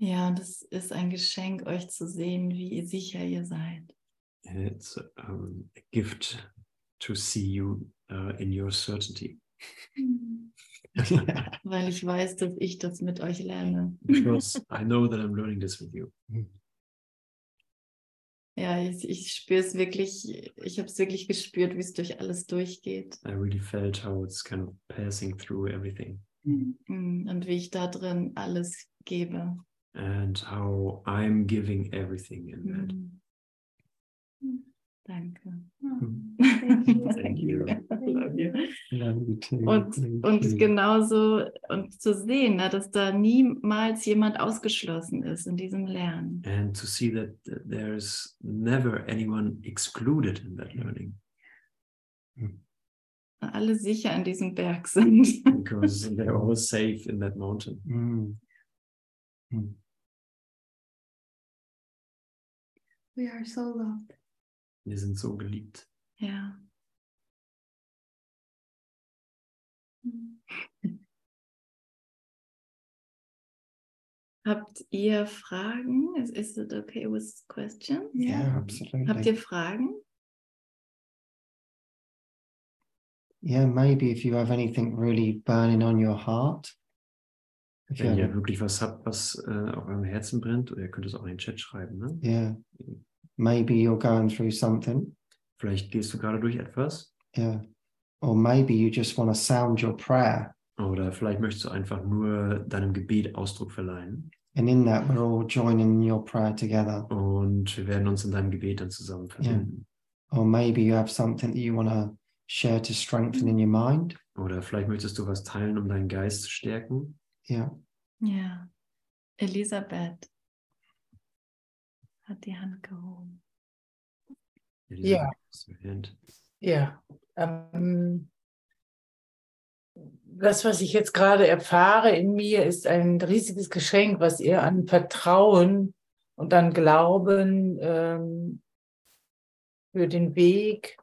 C: Ja, und es ist ein Geschenk, euch zu sehen, wie ihr sicher ihr seid.
A: It's um, a gift to see you uh, in your certainty.
D: yeah.
C: Weil ich weiß, dass ich das mit euch lerne.
A: because I know that I'm learning this with you.
C: Ja, ich, ich spüre es wirklich, ich habe es wirklich gespürt, wie es durch alles durchgeht.
A: I really felt how it's kind of passing through everything
C: Mm, Und wie ich da drin alles gebe.
A: and how I'm giving everything in that.
C: Mm. Danke.
B: Thank you.
A: Thank you.
C: Love you.
D: Love you too.
E: Hm,
C: Und,
D: Thank you.
C: und genauso und zu sehen, ne, dass da niemals jemand ausgeschlossen ist in diesem Lernen.
A: And to see that that there's never anyone excluded in that learning
C: Alle sicher in diesem Berg sind.
A: because they're all safe in that mountain.
D: Mm. Mm.
B: We are so loved.
A: Wir sind so geliebt.
C: Ja. Habt ihr Fragen? Is, is it okay with questions?
D: Yeah,
B: Yeah.
C: Habt
D: absolutely.
C: ihr Fragen?
D: Yeah, maybe if you have anything really burning on your heart. If you
A: Wenn ihr
D: have,
A: wirklich was habt, was äh, auf eurem Herzen brennt, ihr könnt es auch in den Chat schreiben. Ne?
D: yeah, maybe you're going through something.
A: Vielleicht gehst du gerade durch etwas
D: Yeah. Or maybe you just want to sound your prayer.
A: oder vielleicht möchtest du einfach nur deinem Gebet Ausdruck verleihen.
D: And in that, we're all joining your prayer together.
A: Und wir werden uns in deinem Gebet dann zusammen verbinden.
D: Or maybe you have something that you want to share to strengthen in your mind.
A: Oder vielleicht möchtest du was teilen, um deinen Geist zu stärken.
D: Yeah.
C: Ja. Elisabeth hat die Hand gehoben.
E: Ja.
A: Hand.
E: Ja, ähm, das, was ich jetzt gerade erfahre in mir, ist ein riesiges Geschenk, was ihr an Vertrauen und an Glauben ähm, für den Weg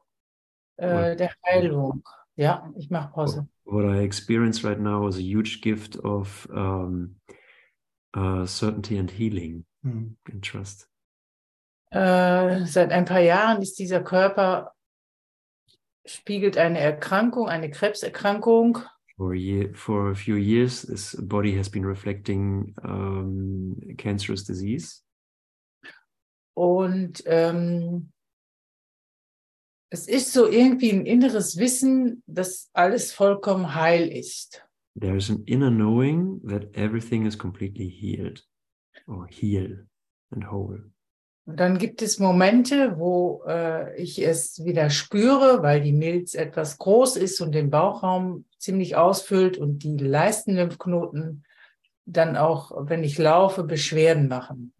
E: äh, der Heilung. Ja, ich mache Pause.
A: What I experience right now is a huge gift of um, uh, certainty and healing
D: Mm.
A: and trust.
E: Äh, seit ein paar Jahren ist dieser Körper, spiegelt eine Erkrankung, eine Krebserkrankung
A: For a, year, for a few years, this body has been reflecting um, cancerous disease.
E: Und ähm, es ist so irgendwie ein inneres Wissen, dass alles vollkommen heil ist.
A: There is an inner knowing that everything is completely healed or heal and whole.
E: Und dann gibt es Momente, wo äh, ich es wieder spüre, weil die Milz etwas groß ist und den Bauchraum ziemlich ausfüllt und die Leistenlymphknoten dann auch, wenn ich laufe, Beschwerden machen.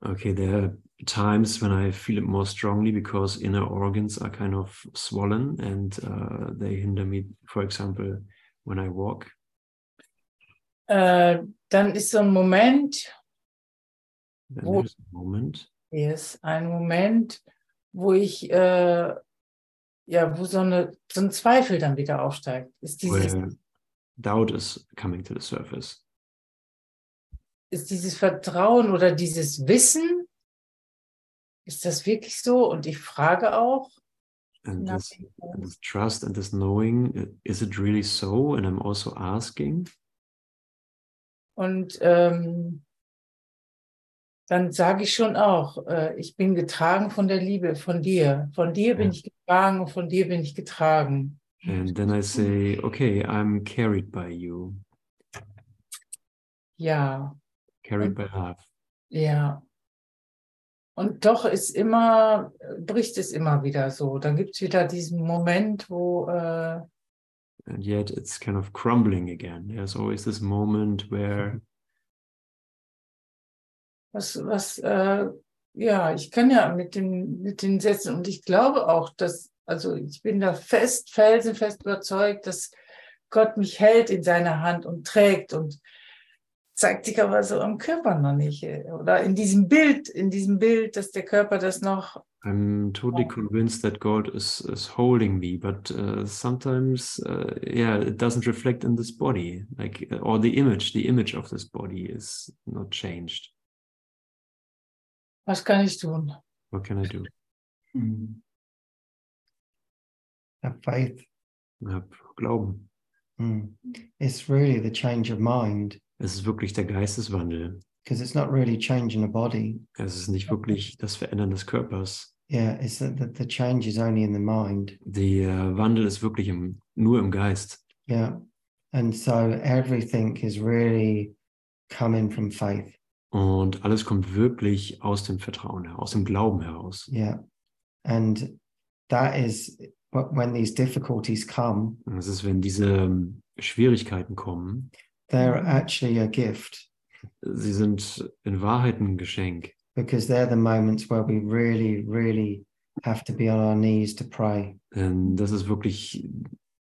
A: Okay, there are times when I feel it more strongly because inner organs are kind of swollen and uh, they hinder me, for example, when I walk.
E: Äh, dann ist so ein Moment,
A: Then
E: Wo-
A: there's a moment
E: Yes, ein Moment, wo ich, äh, ja, wo so, eine, so ein Zweifel dann wieder aufsteigt. Ist dieses,
A: where doubt is coming to the surface.
E: ist dieses Vertrauen oder dieses Wissen, ist das wirklich so? Und ich frage auch,
A: and this,
E: nothing
A: and this trust and this knowing uh, is it really so and i'm also asking
E: Und ähm, dann sage ich schon auch, äh, ich bin getragen von der Liebe, von dir. Von dir bin
A: Ja.
E: ich getragen und von dir bin ich getragen.
A: and then i say okay i'm carried by you
E: Ja,
A: carried by love
E: ja. Und doch ist immer, äh, bricht es immer wieder so. Dann gibt es wieder diesen Moment, wo, äh,
A: and yet it's kind of crumbling again there's always this moment where
E: was, was, äh, ja, ich kann ja mit den, mit den Sätzen und ich glaube auch, dass, also ich bin da fest, felsenfest überzeugt, dass Gott mich hält in seiner Hand und trägt und zeigt sich aber so am Körper noch nicht. äh, Oder in diesem Bild, in diesem Bild, dass der Körper das noch,
A: i'm totally
E: Yeah.
A: convinced that god is, is holding me but uh, sometimes uh, yeah it doesn't reflect in this body like uh, or the image the image of this body is not changed
E: was kann ich tun?
A: what can i do
D: Mm. Have faith.
A: Ja, glauben
D: Mm. It's really the change of mind
A: es ist wirklich der geisteswandel
D: because it's not really changing a body.
A: Es ist nicht wirklich das Verändern des Körpers.
D: Yeah, it's that the, the change is only in the mind.
A: Der Wandel ist wirklich im, nur im Geist.
D: Yeah. And so everything is really coming from faith.
A: Und alles kommt wirklich aus dem Vertrauen heraus, aus dem Glauben heraus.
D: Yeah. And that is but when these difficulties come,
A: Und es ist, wenn diese ähm, Schwierigkeiten kommen,
D: they're actually a gift
A: sie sind in Wahrheit ein Geschenk,
D: because they're the moments where we really, really have to be on our knees to pray.
A: denn das ist wirklich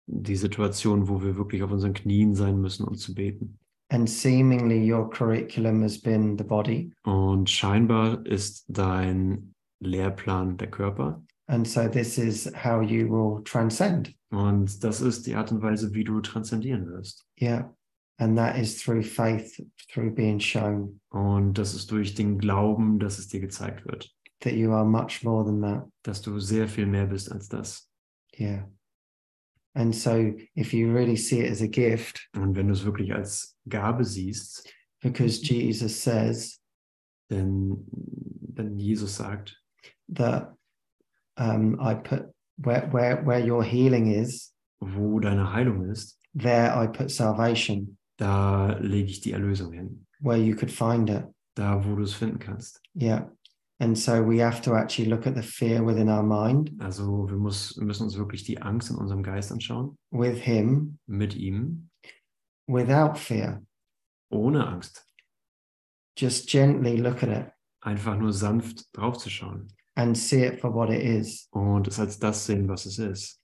A: die Situation, wo wir wirklich auf unseren Knien sein müssen, um zu beten.
D: And seemingly your curriculum has been the body.
A: Und scheinbar ist dein Lehrplan der Körper.
D: And so this is how you will transcend.
A: Und das ist die Art und Weise, wie du transzendieren wirst.
D: Yeah. And that is through faith, through being shown
A: Und das ist durch den Glauben, dass es dir gezeigt wird,
D: that you are much more than that.
A: dass du sehr viel mehr bist als das.
D: Yeah. And so if you really see it as a gift,
A: Und wenn du es wirklich als Gabe siehst,
D: because Jesus says,
A: denn, denn Jesus sagt,
D: that um, I put where, where where your healing is,
A: wo deine Heilung ist,
D: there I put salvation,
A: da lege ich die Erlösung hin,
D: where you could find it.
A: da wo du es finden kannst.
D: Yeah. And so we have to actually look at the fear within our mind
A: Also wir muss, müssen uns wirklich die Angst in unserem Geist anschauen,
D: with him
A: mit ihm,
D: without fear.
A: ohne Angst,
D: Just gently look at it
A: einfach nur sanft draufzuschauen
D: and see it for what it is
A: und es als das sehen, was es ist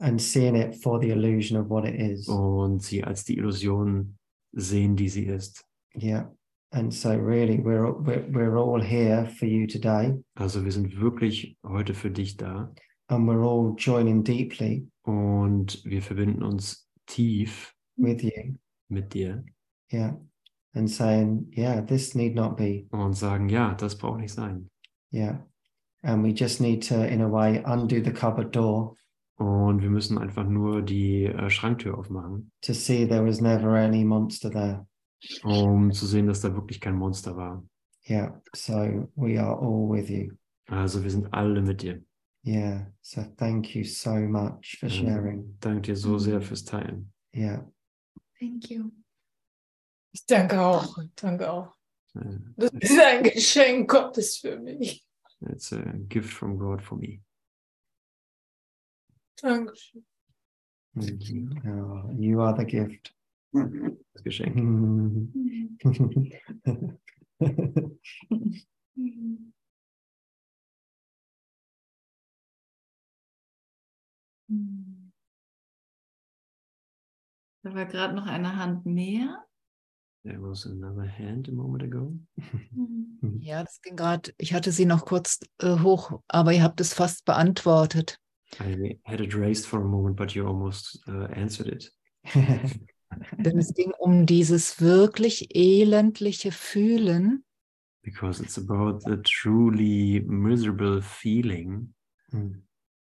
D: and seeing it for the illusion of what it is.
A: und sie als die Illusion sehen, die sie ist.
D: Yeah. And so really we're, we're we're all here for you today
A: Also wir sind wirklich heute für dich da
D: and we're all joining deeply
A: und wir verbinden uns tief
D: with you.
A: mit dir
D: Yeah. And saying, yeah, this need not be.
A: und sagen, ja, das braucht nicht sein.
D: Yeah. And we just need to, in a way, undo the cupboard door
A: Und wir müssen einfach nur die äh, Schranktür aufmachen,
D: to see there was never any monster there.
A: um zu sehen, dass da wirklich kein Monster war.
D: Yeah. So we are all with you.
A: Also wir sind alle mit dir.
D: Yeah. So thank you so much for sharing.
A: Danke dir so sehr fürs Teilen.
D: Yeah.
B: Thank you.
E: Ich danke auch, danke auch.
A: Äh,
E: Das ist ein Geschenk Gottes für mich.
A: It's a gift from God for me.
E: Dankeschön.
A: Thank you.
D: Oh, you are the gift.
A: Das Geschenk.
D: Mm.
C: Da war gerade noch eine Hand mehr.
A: There was another hand a moment ago.
F: Ja, das ging gerade. Ich hatte sie noch kurz äh, hoch, aber ihr habt es fast beantwortet.
A: I had it raised for a moment, but you almost uh, answered it.
F: Denn es ging um dieses wirklich elendliche Fühlen,
A: because it's about the truly miserable feeling
D: Mm.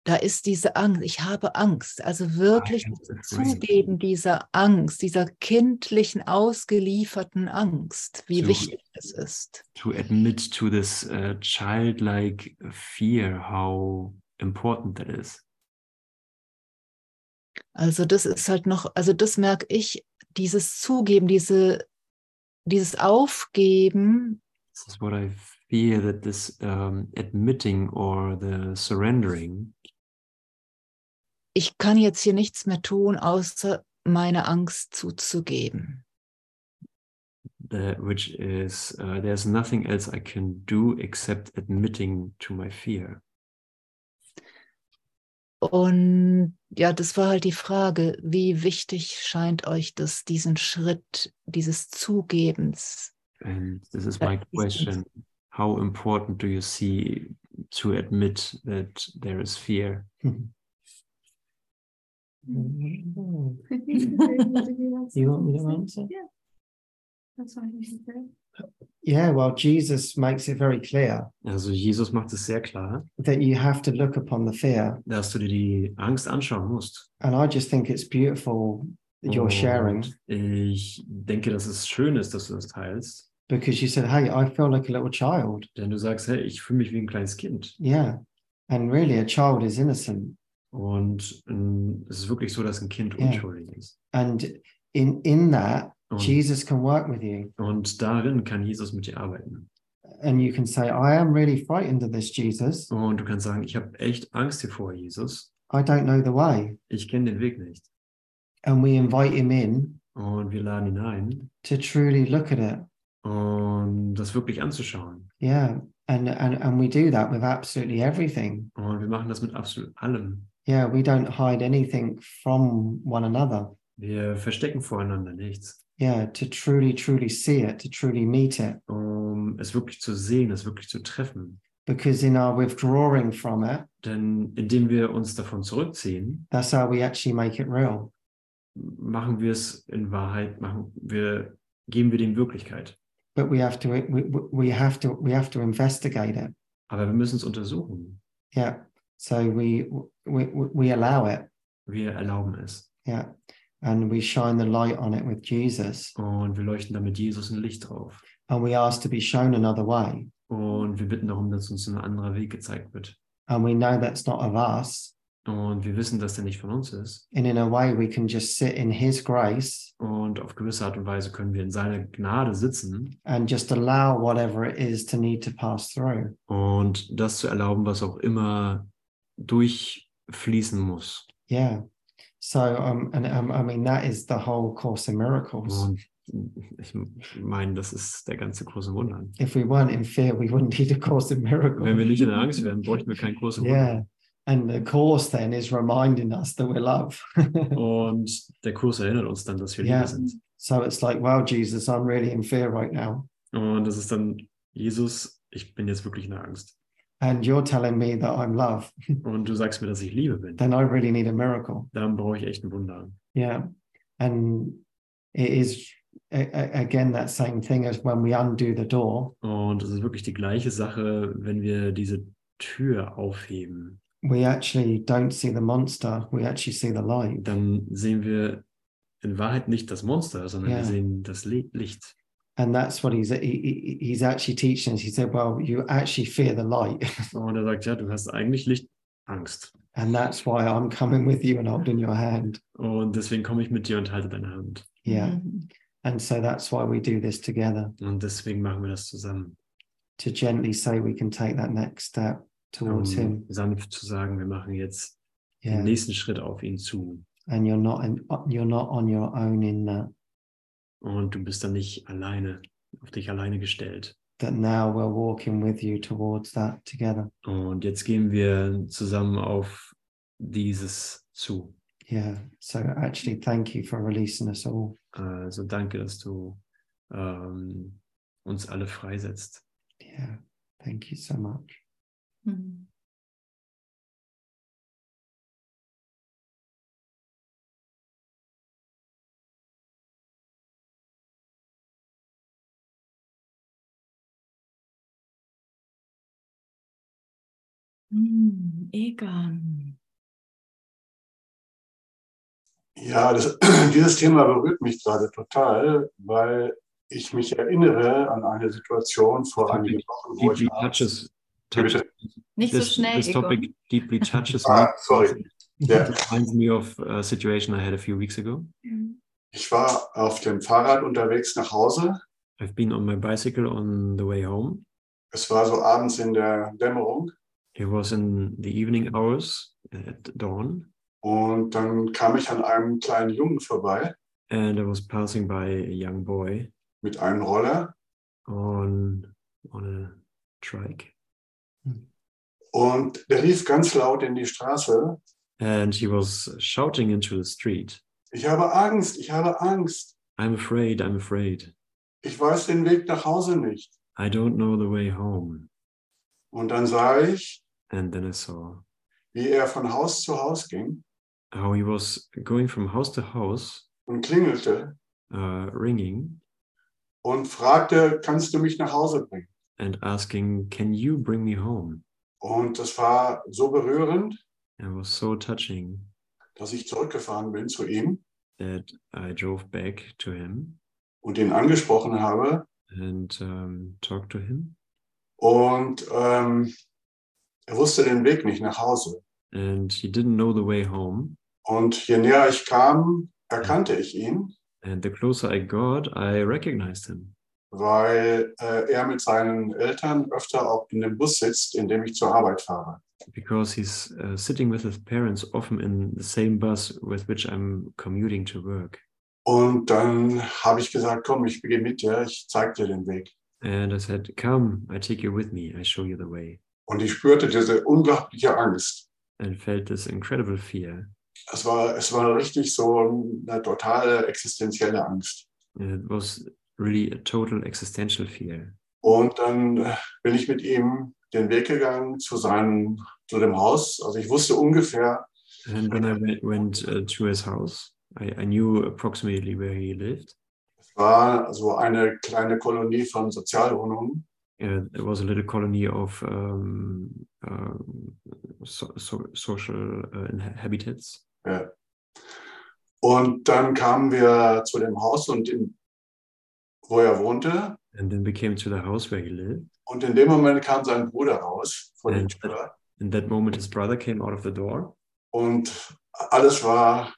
F: da ist diese Angst, ich habe Angst, also wirklich
A: I am
F: das
A: afraid.
F: Zugeben dieser Angst, dieser kindlichen, ausgelieferten Angst, wie
A: So.
F: wichtig es ist.
A: to admit to this uh, childlike fear how important that is
F: Also das ist halt noch, also das merke ich, dieses Zugeben, diese, dieses Aufgeben,
A: this is what i fear that this um, admitting or the surrendering
F: ich kann jetzt hier nichts mehr tun, außer meine Angst zuzugeben.
A: that which is uh, there's nothing else i can do except admitting to my fear
F: Und ja, das war halt die Frage, wie wichtig scheint euch das, diesen Schritt, dieses Zugebens?
A: and this is
F: That
A: my
F: is it.
A: question how important do you see to admit that there is fear
D: You
B: you
D: want me to answer?
B: Yeah. That's what he said.
D: Yeah, well, Jesus makes it very clear
A: also jesus macht es sehr klar
D: that you have to look upon the fear.
A: dass du dir die angst anschauen musst
D: And I just think it's beautiful that
A: Oh.
D: you're sharing
A: Und Ich denke, dass es schön ist, dass du das teilst,
D: because you said, Hey, I feel like a little child.
A: denn du sagst, hey, ich fühle mich wie ein kleines Kind.
D: Yeah. And really, a child is innocent.
A: Und ähm, es ist wirklich so, dass ein Kind
D: Ja.
A: unschuldig ist.
D: And in, in that,
A: Und,
D: Jesus can work with you.
A: und darin kann Jesus mit dir arbeiten.
D: And you can say, I am really frightened of this, Jesus.
A: Und du kannst sagen, ich habe echt Angst hier vor Jesus.
D: I don't know the way.
A: Ich kenne den Weg nicht.
D: And we invite him in
A: Und wir laden ihn ein,
D: to truly look at it.
A: um das wirklich anzuschauen.
D: Yeah. And, and, and we do that with absolutely everything.
A: Und wir machen das mit absolut allem.
D: Yeah. We don't hide anything from one another.
A: Wir verstecken voreinander nichts,
D: Yeah. To truly, truly see it, to truly meet it.
A: um es wirklich zu sehen, es wirklich zu treffen.
D: Because in our withdrawing from it,
A: Denn indem wir uns davon zurückziehen,
D: that's how we actually make it real.
A: machen wir es in Wahrheit, machen wir, geben wir dem Wirklichkeit.
D: But we have to, we, we we have to, we have to investigate it.
A: Aber wir müssen es untersuchen.
D: Yeah. So we, we, we we allow it.
A: Wir erlauben es.
D: Yeah. And we shine the light on it with Jesus.
A: Und wir leuchten damit Jesus ein Licht drauf.
D: And we ask to be shown another way.
A: Und wir bitten darum, dass uns ein anderer Weg gezeigt wird.
D: And we know that's not of us.
A: Und wir wissen, dass der nicht von uns ist.
D: And in a way, we can just sit in his grace
A: Und auf gewisse Art und Weise können wir in seiner Gnade sitzen
D: and just allow whatever it is to need to pass through.
A: und das zu erlauben, was auch immer durchfließen muss.
D: Yeah. So, um, and um, I mean, that is the whole Course in Miracles.
A: Und ich meine, das ist der ganze große Wunder.
D: If we weren't in fear, we wouldn't need a Course in
A: Wenn wir
D: Miracles.
A: nicht in der Angst wären, bräuchten wir kein großes
D: Yeah.
A: Wunder.
D: And the Course then is reminding us that we're love.
A: Und der Kurs erinnert uns dann, dass wir
D: Ja.
A: Liebe sind.
D: so it's like, wow, Jesus, I'm really in fear right now.
A: Und das ist dann, Jesus, ich bin jetzt wirklich in der Angst.
D: And you're telling me that I'm love.
A: Und du sagst mir, dass ich Liebe bin.
D: Hm. Then I really need a miracle.
A: Dann brauche ich echt ein Wunder.
D: Yeah. And it is a- a- again that same thing as when we undo the door,
A: Und es ist wirklich die gleiche Sache, wenn wir diese Tür aufheben.
D: we actually don't see the monster, we actually see the light.
A: Dann sehen wir in Wahrheit nicht das Monster, sondern
D: Ja.
A: wir sehen das Le- Licht.
D: And that's what he's he, he- he's actually teaching us. He said, Well, you actually fear the light.
A: Und er sagt, ja, du hast eigentlich Licht Angst.
D: And that's why I'm coming with you and holding your hand.
A: Und deswegen komme ich mit dir und halte deine Hand.
D: Yeah.
C: Mhm.
D: And so that's why we do this together
A: Und deswegen machen wir das zusammen.
D: to gently say we can take that next step
A: um
D: towards him.
A: sanft zu sagen, wir machen jetzt den
D: Yeah.
A: nächsten Schritt auf ihn zu.
D: And you're not in, you're not on your own in that.
A: Und du bist dann nicht alleine, auf dich alleine gestellt.
D: That now we're walking with you towards that together.
A: Und jetzt gehen wir zusammen auf dieses zu.
D: Yeah. So actually, thank you for releasing us all.
A: Also Äh, danke, dass du ähm, uns alle freisetzt.
D: Yeah. Thank you so much.
C: Mhm. Hm, Egon.
G: Ja, das, dieses Thema berührt mich gerade total, weil ich mich erinnere an eine Situation vor einigen Wochen, wo
A: Deeply
G: ich abends,
A: touches, touches
C: Nicht so
A: this,
C: schnell,
A: this
C: Egon.
A: topic deeply touches
G: Ah,
A: me.
G: sorry. Yeah.
A: It reminds me of a situation I had a few weeks ago.
G: ich war auf dem Fahrrad unterwegs nach Hause.
A: I've been on my bicycle on the way home.
G: Es war so abends in der Dämmerung
A: It was in the evening hours at dawn,
G: und dann kam ich an einem kleinen Jungen vorbei
A: and I was passing by a young boy
G: mit einem Roller
A: on on a trike,
G: und der lief ganz laut in die Straße.
A: and he was shouting into the street,
G: Ich habe Angst, ich habe Angst.
A: "I'm afraid! I'm afraid!
G: Ich weiß den Weg nach Hause nicht.
A: I don't know the way home."
G: Und dann sah ich,
A: And then I saw
G: wie er von Haus zu Haus ging
A: how he was going from house to house,
G: und klingelte
A: uh, ringing
G: und fragte, kannst du mich nach Hause bringen?
A: and asking, "Can you bring me home?"
G: Und das war so berührend,
A: It was so touching
G: dass ich zurückgefahren bin zu ihm
A: that I drove back to him
G: und ihn angesprochen habe.
A: and um, talked to him,
G: Und ähm, er wusste den Weg nicht nach Hause.
A: and he didn't know the way home.
G: Und je näher ich kam, erkannte ich ihn,
A: And the closer I got, I recognized him
G: weil äh, er mit seinen Eltern öfter auch in dem Bus sitzt, in dem ich zur Arbeit fahre.
A: because he's uh, sitting with his parents often in the same bus with which I'm commuting to work.
G: Und dann habe ich gesagt, komm, ich gehe mit dir, ich zeig dir den Weg.
A: And I said, Come, I take you with me, I show you the way.
G: Und ich spürte diese unglaubliche Angst.
A: And felt this incredible fear.
G: Es war, es war richtig so eine totale existenzielle Angst.
A: It was really a total existential fear.
G: Und dann äh, bin ich mit ihm den Weg gegangen zu seinem, zu dem Haus. Also ich wusste ungefähr,
A: And then I went, went uh, to his house. I, I knew approximately where he lived.
G: es war so eine kleine Kolonie von Sozialwohnungen.
A: Uh, there was a little colony of um, um, so, so, social uh, inha- habitats.
G: Und dann kamen wir zu dem Haus und in, wo er wohnte.
A: And then we came to the house where he lived.
G: Und in dem Moment kam sein Bruder raus von der
A: Mhm.
G: Tür.
A: In that moment, his brother came out of the door.
G: Und alles war,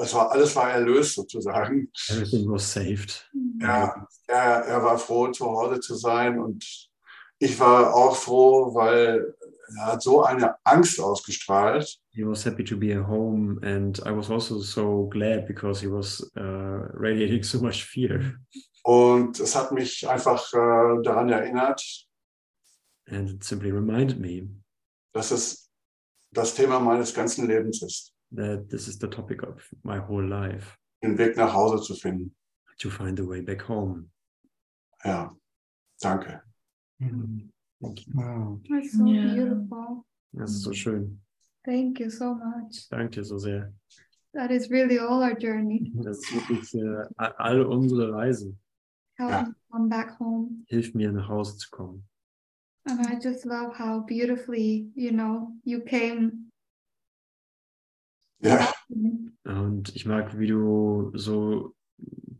G: es war, alles war erlöst sozusagen.
A: Everything was saved.
G: Mm-hmm. Ja, er, er war froh, zu Hause zu sein und ich war auch froh, weil er hat so eine Angst ausgestrahlt.
A: He was happy to be at home. And I was also so glad because he was uh, radiating so much fear.
G: Und es hat mich einfach äh, daran erinnert,
A: And it simply reminded me
G: dass es das Thema meines ganzen Lebens ist,
A: that this is the topic of my whole life
G: den Weg nach Hause zu finden.
A: to find the way back home.
G: Ja, danke.
D: Mm.
A: Thank you.
D: Wow.
B: That's so
C: Yeah.
B: beautiful.
A: Das ist so schön.
B: Thank you so much.
A: Danke dir so sehr.
B: That is really all our journey.
A: Das ist wirklich äh, all- all unsere Reisen.
B: How
G: Yeah.
B: I'm come back home.
A: Hilft mir, nach Hause zu kommen.
B: And I just love how beautifully, you know, you came.
G: Ja,
A: Und ich mag, wie du so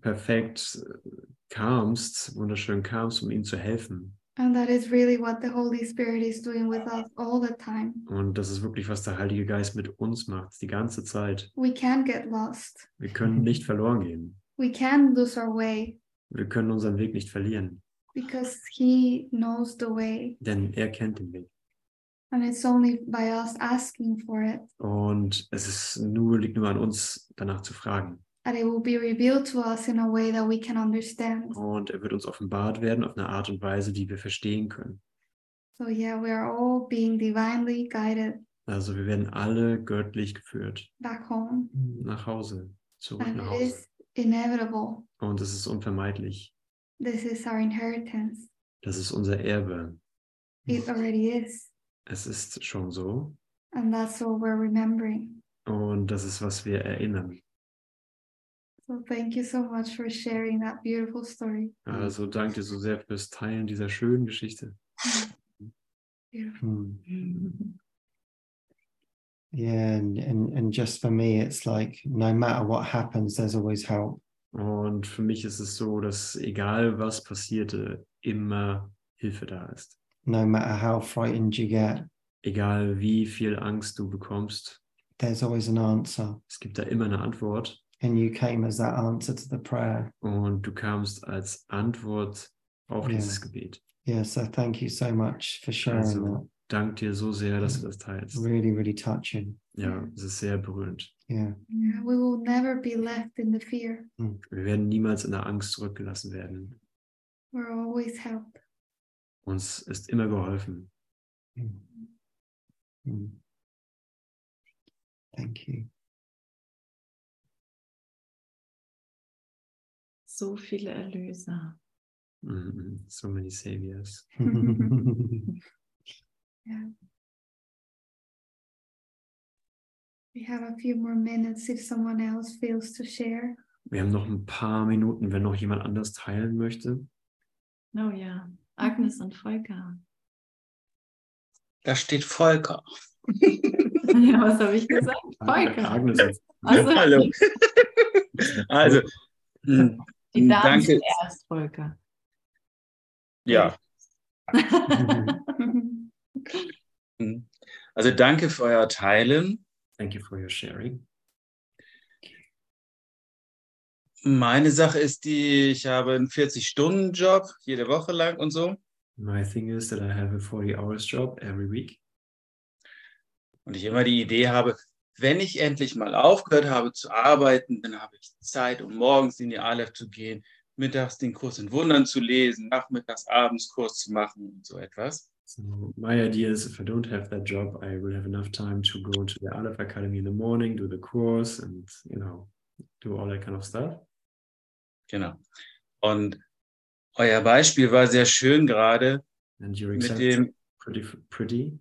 A: perfekt äh, kamst, wunderschön kamst, um ihm zu helfen.
B: And that is really what the Holy Spirit is doing with us all the time.
A: Und das ist wirklich, was der Heilige Geist mit uns macht, die ganze Zeit.
B: We can get lost.
A: Wir können nicht verloren gehen.
B: We can lose our way
A: Wir können unseren Weg nicht verlieren,
B: because He knows the way.
A: denn er kennt den Weg.
B: And it's only by us asking for it
A: Und es ist nur, liegt nur an uns, danach zu fragen.
B: that it will be revealed to us in a way that we can understand.
A: Und er wird uns offenbart werden auf eine Art und Weise, die wir verstehen können.
B: So, yeah, we are all being divinely guided
A: Also wir werden alle göttlich geführt
B: back home.
A: nach Hause, zurück
B: And
A: nach
B: it
A: Hause.
B: is inevitable.
A: Und es ist unvermeidlich.
B: This is our inheritance.
A: Das ist unser Erbe.
B: It already is.
A: Es ist schon so.
B: And that's what we're remembering.
A: Und das ist, was wir erinnern.
B: So thank you so much for sharing that beautiful story.
D: Mhm.
A: Also danke dir so sehr fürs Teilen dieser schönen Geschichte.
B: Beautiful.
D: Mm.
C: Mhm.
D: Yeah, and, and and just for me, it's like no matter what happens, there's always help.
A: Und für mich ist es so, dass egal was passierte, immer Hilfe da ist.
D: No matter how frightened you get,
A: Egal wie viel Angst du bekommst,
D: there's always an answer.
A: es gibt da immer eine Antwort.
D: And you came as that answer to the prayer.
A: Und du kamst als Antwort auf
D: Ja.
A: dieses Gebet.
D: Yeah, so thank you so much for sharing
A: Also dank dir so sehr, dass du das
D: that.
A: teilst.
D: Really, really touching.
A: Ja, es ist sehr berührend.
D: Yeah.
B: Yeah, we will never be left in the fear.
D: Mhm.
A: Wir werden niemals in der Angst zurückgelassen werden.
B: We're always helped.
A: Uns ist immer geholfen.
D: Mm. Mm. Thank you.
C: So viele Erlöser.
A: Mhm. So many saviors.
B: We have a few more minutes if someone else feels to share.
A: Wir haben noch ein paar Minuten, wenn noch jemand anders teilen möchte.
C: Oh ja, Agnes und Volker.
H: Da steht Volker.
C: Ja, was habe ich gesagt? Volker.
A: Agnes, jetzt-
C: Also,
H: Hallo. Also, mh,
C: die Damen
H: Danke.
C: sind erst, Volker.
H: ja. mh. Also danke für euer Teilen.
A: thank you for your sharing.
H: Meine Sache ist die, ich habe einen 40-Stunden-Job, jede Woche lang und so.
A: My thing is that I have a 40 hours job every week.
H: Und ich immer die Idee habe, wenn ich endlich mal aufgehört habe zu arbeiten, dann habe ich Zeit, um morgens in die Aleph zu gehen, mittags den Kurs in Wundern zu lesen, nachmittags abends Kurs zu machen und so etwas.
A: So my idea is if I don't have that job, I will have enough time to go into the Aleph Academy in the morning, do the course and, you know, do all that kind of stuff.
H: Genau. Und euer Beispiel war sehr schön gerade
A: And your
H: mit
A: example
H: dem,
A: pretty pretty.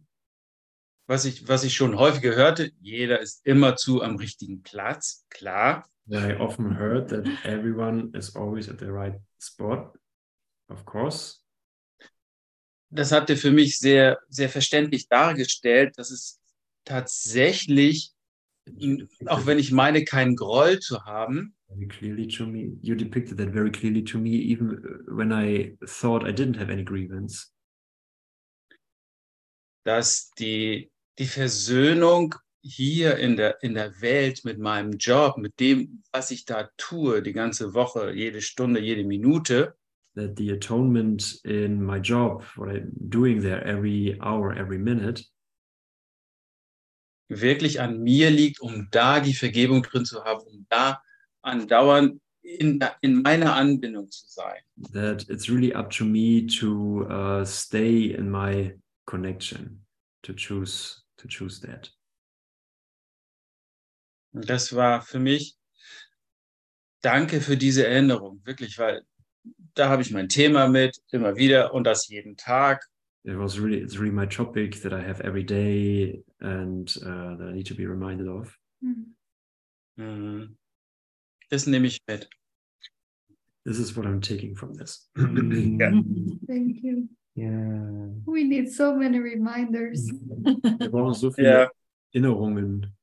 H: was ich, was ich schon häufig hörte, jeder ist immerzu am richtigen Platz, klar.
A: I often heard that everyone is always at the right spot, of course.
H: Das habt ihr für mich sehr, sehr verständlich dargestellt, dass es tatsächlich,
A: You depicted
H: auch wenn ich meine, keinen Groll zu haben,
A: very clearly to me, you depicted that very clearly to me, even uh, when I thought I didn't have any grievance.
H: dass die, die Versöhnung hier in der, in der Welt mit meinem Job, mit dem, was ich da tue, die ganze Woche, jede Stunde, jede Minute,
A: That the atonement in my job, what I'm doing there every hour, every minute,
H: wirklich an mir liegt, um da die Vergebung drin zu haben, um da andauernd in, in meiner Anbindung zu sein.
A: that it's really up to me to uh, stay in my connection, to choose to choose that.
H: Und das war für mich, danke für diese Erinnerung, wirklich, weil da habe ich mein Thema mit, immer wieder und das jeden Tag.
A: It was really it's really my topic that I have every day and uh, that I need to be reminded of.
B: Mm.
H: Mhm. Das nehme ich mit.
A: This is what I'm taking from this.
B: Thank you.
D: Yeah.
B: We need so many reminders
A: Wir brauchen so viele
H: Ja.
A: Erinnerungen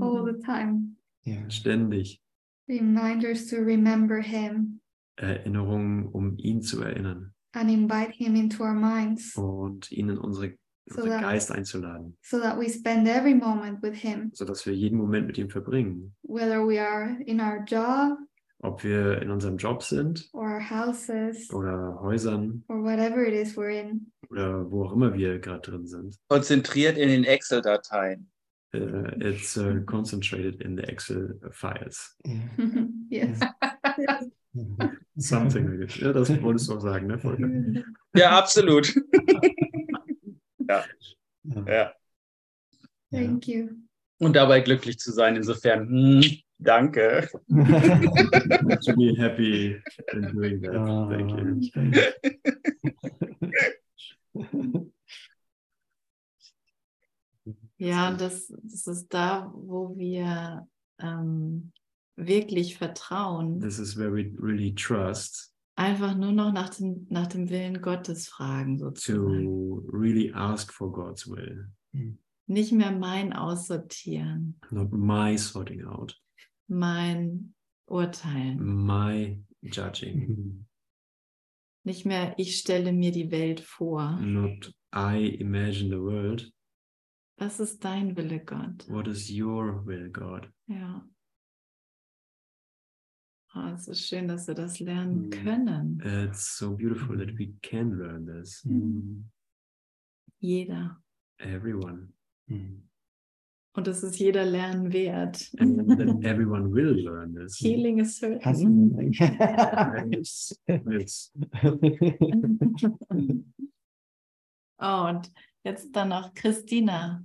B: all the time.
D: Yeah.
A: ständig.
B: Reminders to remember him
A: Erinnerungen, um ihn zu erinnern
B: and invite him into our minds
A: und ihn in unsere,
B: So
A: unseren
B: that-
A: Geist einzuladen,
B: so that we spend every moment with him,
A: sodass wir jeden Moment mit ihm verbringen.
B: whether we are in our job
A: Ob wir in unserem Job sind
B: or our houses
A: oder Häusern
B: or whatever it is we're in.
A: oder wo auch immer wir gerade drin sind.
H: Konzentriert in den Excel-Dateien.
A: Äh, it's uh, concentrated in the Excel files.
D: Yeah.
B: yes.
A: Something like that. Ja, das wolltest du auch sagen, ne, Volker?
H: Ja, absolut.
D: Yeah.
H: Ja.
D: Yeah.
B: Thank you.
H: Und dabei glücklich zu sein, insofern, hm, danke.
A: to be happy in doing that.
D: Ah,
A: Thank you.
D: thank-
C: Ja, und das, das ist da, wo wir ähm, wirklich vertrauen,
H: Mhm.
A: This is where we really trust
C: einfach nur noch nach dem, nach dem Willen Gottes fragen, sozusagen.
A: to really ask for God's will.
C: Nicht mehr mein Aussortieren,
A: not my sorting out,
C: mein
A: Mhm.
C: Urteilen.
A: my judging,
C: Nicht mehr ich stelle mir die Welt vor.
A: not I imagine the world.
C: Was ist dein Wille, Gott?
A: What is your will, God?
C: Ja. Ah, es ist schön, dass wir das lernen
A: Mhm.
C: können.
A: It's so beautiful that we can learn this,
D: Mm,
C: Jeder.
A: everyone,
D: mm.
C: Und es ist jeder Lernen wert.
A: and that everyone will learn this.
C: Healing is certain.
D: Fascinating.
A: It's
C: Oh, und jetzt dann noch Christina.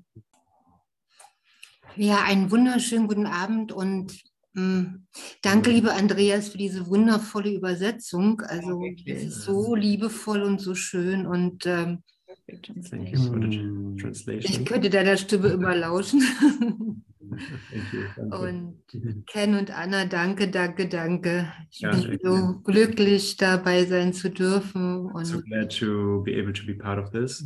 I: Ja, einen wunderschönen guten Abend und mh, danke, liebe Andreas, für diese wundervolle Übersetzung. Also es ist so liebevoll und so schön und ähm,
C: Perfect
A: thank
C: translation.
A: you for the
D: Mm.
A: tr- translation.
I: ich könnte deiner Stimme immer lauschen.
A: Thank you. Thank
I: und
A: you.
I: Ken und Anna, danke, danke, danke. Ich
A: Ja, sehr
I: bin so
A: gerne.
I: glücklich, dabei sein zu dürfen
A: So
I: und,
A: glad to be able to be part of this.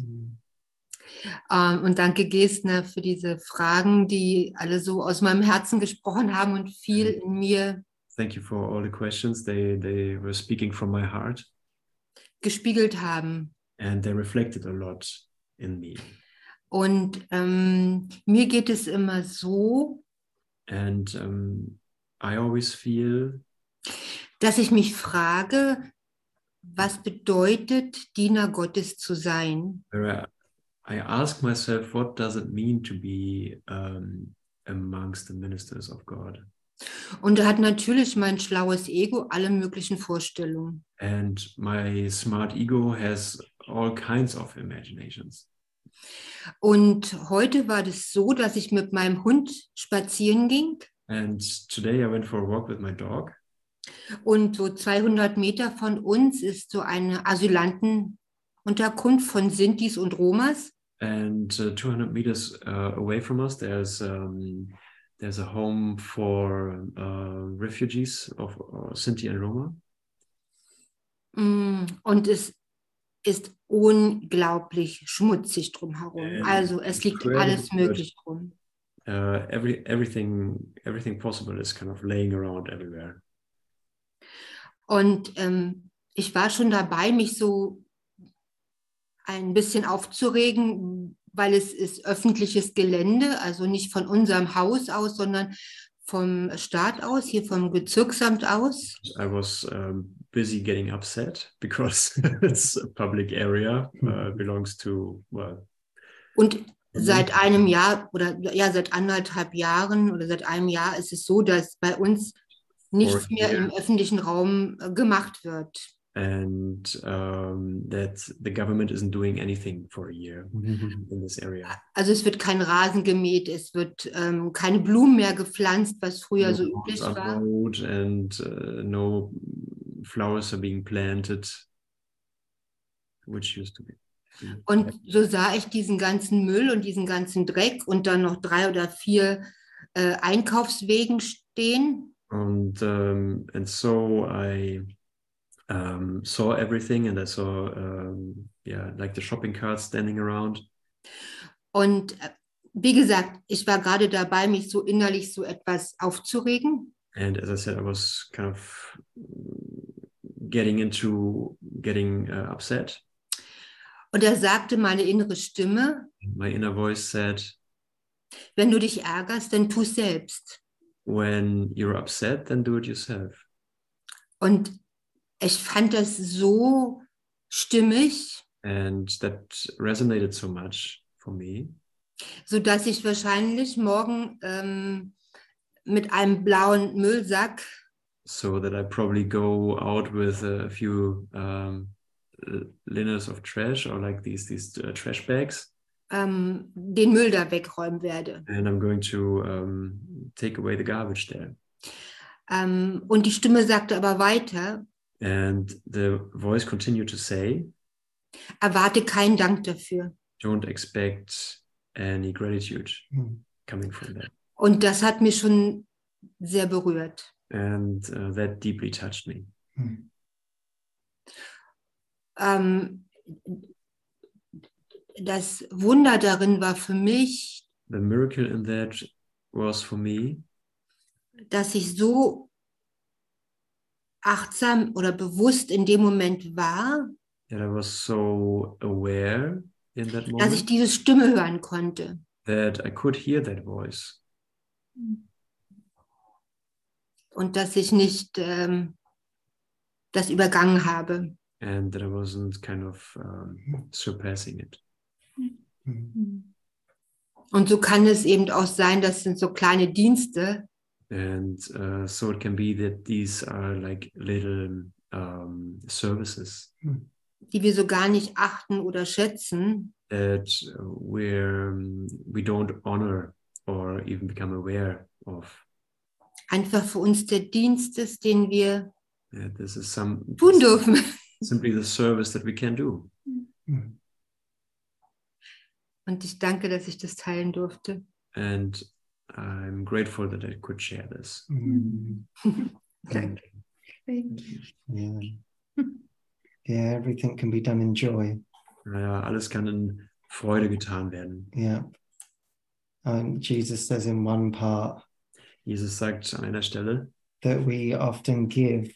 I: ähm, und danke, Gesner, für diese Fragen, die alle so aus meinem Herzen gesprochen haben und viel in mir
A: Thank you for all the questions. They they were speaking from my heart
I: gespiegelt haben.
A: and they reflected a lot in me.
I: Und ähm, mir geht es immer so,
A: And um, I always feel
I: dass ich mich frage, was bedeutet, Diener Gottes zu sein?
A: where I, I ask myself, what does it mean to be um, amongst the ministers of God?
I: Und da hat natürlich mein schlaues Ego alle möglichen Vorstellungen.
A: And my smart ego has all kinds of imaginations.
I: Und heute war das so, dass ich mit meinem Hund spazieren ging
A: And today I went for a walk with my dog,
I: und so 200 Meter von uns ist so eine Asylantenunterkunft von Sintis und Romas.
A: and uh, 200 meters uh, away from us, there's um, there's a home for uh, refugees of uh, Sinti and Roma,
I: Mm, Und es ist unglaublich schmutzig drumherum.
A: Ähm,
I: Also es liegt
A: incredible
I: alles
A: good.
I: möglich drum.
A: uh, every everything everything possible is kind of laying around everywhere.
I: Und ähm, ich war schon dabei, mich so ein bisschen aufzuregen, weil es ist öffentliches Gelände, also nicht von unserem Haus aus, sondern vom Staat aus, hier vom Bezirksamt aus.
A: I was um, busy getting upset because it's a public area, uh, belongs to well,
I: Und seit einem Jahr oder ja, seit anderthalb Jahren oder seit einem Jahr ist es so, dass bei uns nichts
A: Or-
I: mehr im öffentlichen Raum äh, gemacht wird.
A: and um, that the government isn't doing anything for a year in this area.
I: Also es wird kein Rasen gemäht, es wird ähm, keine Blumen mehr gepflanzt, was früher so
A: No
I: üblich
A: roads are
I: war.
A: mowed and uh, no flowers are being planted, which used to be. Hmm.
I: Und so sah ich diesen ganzen Müll und diesen ganzen Dreck und dann noch drei oder vier äh, Einkaufswegen stehen.
A: And um, and so I um, saw everything, and I saw um, yeah, like the shopping carts standing around.
I: Und äh, wie gesagt, ich war gerade dabei, mich so innerlich so etwas aufzuregen.
A: and as I said, I was kind of getting into getting uh, upset.
I: Und da sagte meine innere Stimme,
A: My inner voice said,
I: wenn du dich ärgerst, dann tu selbst.
A: "When you're upset, then do it yourself."
I: Und ich fand das so stimmig,
A: And that resonated so much for me
I: sodass ich wahrscheinlich morgen ähm, mit einem blauen Müllsack
A: so that I probably go out with a few um, l- liners of trash or like these these uh, trash bags,
I: ähm, den Müll da wegräumen werde.
A: and I'm going to um, take away the garbage there.
I: Ähm, und die Stimme sagte aber weiter,
A: And the voice continued to say,
I: erwarte keinen Dank dafür.
A: don't expect any gratitude
D: Mm.
A: coming from that.
I: Und das hat mich schon sehr berührt.
A: And uh, that deeply touched me.
I: Ähm, das Wunder darin war für mich,
A: The miracle in that was for me
I: dass ich so achtsam oder bewusst in dem Moment war,
A: that I was so aware in that
I: dass ich
A: moment
I: diese Stimme hören konnte.
A: that I could hear that voice
I: und dass ich nicht ähm, das übergangen habe.
A: and that I wasn't kind of um, surpassing it.
I: Und so kann es eben auch sein, das sind so kleine Dienste,
A: And uh, so it can be that these are like little um, services
I: die wir so gar nicht achten oder schätzen,
A: that uh, we're, um, we don't honor or even become aware of.
I: einfach für uns der Dienst ist, den wir
A: Uh, this is some
I: tun dürfen.
A: simply the service that we can do.
I: Und ich danke, dass ich das teilen durfte.
A: And I'm grateful that I could share this.
D: Mm,
I: Danke.
B: Thank you.
D: yeah. Yeah, everything can be done in joy.
A: Ja, alles kann in Freude getan werden.
D: Yeah. Um, Jesus says in one part
A: Jesus sagt an einer Stelle,
D: that we often give.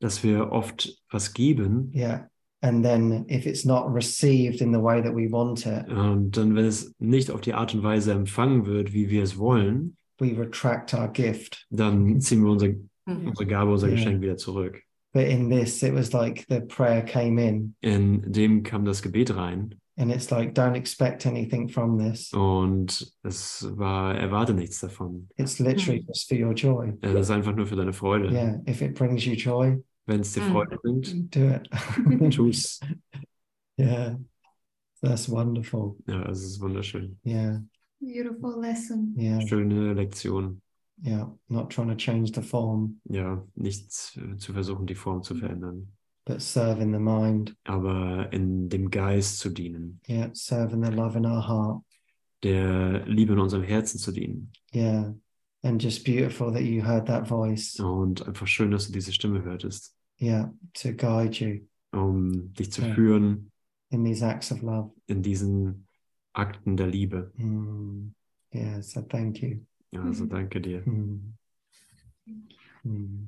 A: dass wir oft was geben
D: Yeah. And then if it's not received in the way that we want it,
A: und ähm, dann, wenn es nicht auf die Art und Weise empfangen wird, wie wir es wollen,
D: we retract our gift.
A: dann ziehen wir unsere,
I: Mhm.
A: unsere Gabe, unser
D: Ja.
A: Geschenk wieder zurück.
D: But in this, it was like the prayer came in
A: In dem kam das Gebet rein
D: and it's like, don't expect anything from this.
A: und es war, erwarte nichts davon.
D: It's literally just for your joy.
A: Äh, Das ist einfach nur für deine Freude.
D: Yeah. If it brings you joy,
A: Wenn es dir
I: Mhm.
A: Freude bringt,
D: do it.
A: tu's.
D: yeah. That's wonderful.
A: Ja, also es ist wunderschön.
D: Yeah.
B: Beautiful lesson.
D: Yeah.
A: Schöne Lektion.
D: Yeah. Not trying to change the form,
A: Ja, nicht äh, zu versuchen, die Form zu verändern,
D: Mhm. but serving the mind.
A: aber in dem Geist zu dienen,
D: Yeah. Serving the love in our heart.
A: der Liebe in unserem Herzen zu dienen.
D: Yeah. And just beautiful that you heard that voice.
A: Und einfach schön, dass du diese Stimme hörtest,
D: Yeah. To guide you
A: um dich zu
D: Ja.
A: führen
D: in these acts of love.
A: in diesen Akten der Liebe.
D: Mm. Yeah. So thank you.
A: Ja, Also
B: Mhm.
A: danke dir.
D: Mm. Mm.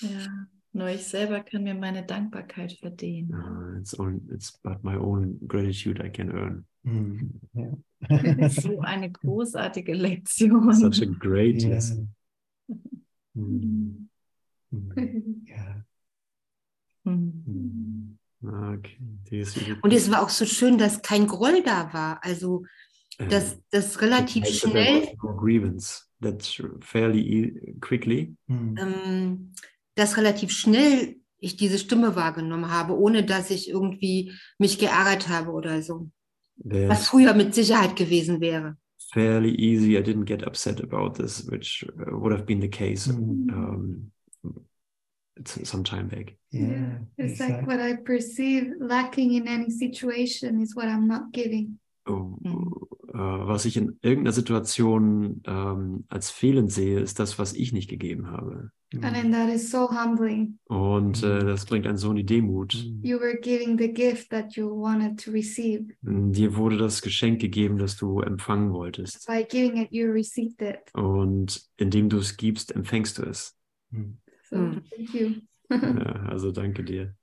C: Ja, nur ich selber kann mir meine Dankbarkeit verdienen.
A: Uh, it's, on, it's but my own gratitude I can earn.
D: Mm. Yeah.
C: So eine großartige Lektion.
A: Such a great
D: Yeah.
A: lesson.
D: Mm. Mm. Yeah.
C: Hm.
D: Mm.
A: Ah, Okay, die ist wieder-
I: Und es war auch so schön, dass kein Groll da war. Also,
A: Äh,
I: dass das relativ
A: I said there
I: schnell,
A: was no Grievance. That's fairly e quickly.
D: Mm.
I: ähm, dass relativ schnell ich diese Stimme wahrgenommen habe, ohne dass ich irgendwie mich geärgert habe oder so. Was
A: That's
I: früher mit Sicherheit gewesen wäre.
A: fairly easy. I didn't get upset about this, which uh, would have been the case
D: Mm.
A: um, s- some time back.
D: Yeah.
B: It's like
D: exact-
B: what I perceive lacking in any situation is what I'm not giving.
A: Oh,
I: Mm.
C: Mhm.
A: äh, was ich in irgendeiner Situation ähm, als fehlend sehe, ist das, was ich nicht gegeben habe.
B: And
D: Mm.
B: then that is so humbling.
I: Mm.
A: Und äh, das bringt einen so in die Demut.
D: Mm.
B: You were giving the gift that you wanted to receive.
A: Dir wurde das Geschenk gegeben, das du empfangen wolltest.
B: By giving it, you received it.
A: Und indem du es gibst, empfängst du es.
B: So
D: Hmm.
I: Mm.
B: thank you.
A: Ja, also danke dir.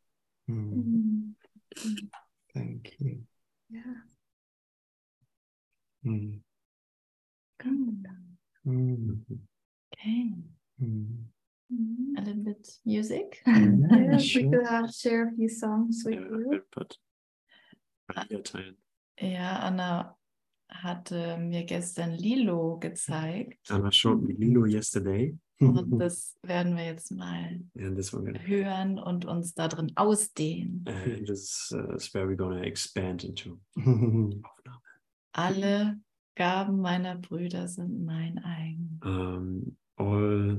D: Mm.
B: Mm.
D: Thank you.
B: Yeah.
D: Mm. Mm.
C: Okay.
D: Mm.
B: Mm.
C: A little bit music.
D: Yeah,
B: Yeah, we
D: sure.
B: could have share a few songs with
A: Ja,
B: you.
A: Albert. Wieder teilen.
C: Ja, Anna hatte mir gestern Lilo gezeigt.
A: Anna showed me Lilo yesterday.
C: Und das werden wir jetzt mal
A: And this one, gonna-
C: hören und uns da drin ausdehnen.
A: and this uh, is where we're gonna expand into. Aufnahme. Ähm,
C: Alle Gaben meiner Brüder sind mein eigen.
A: Um, all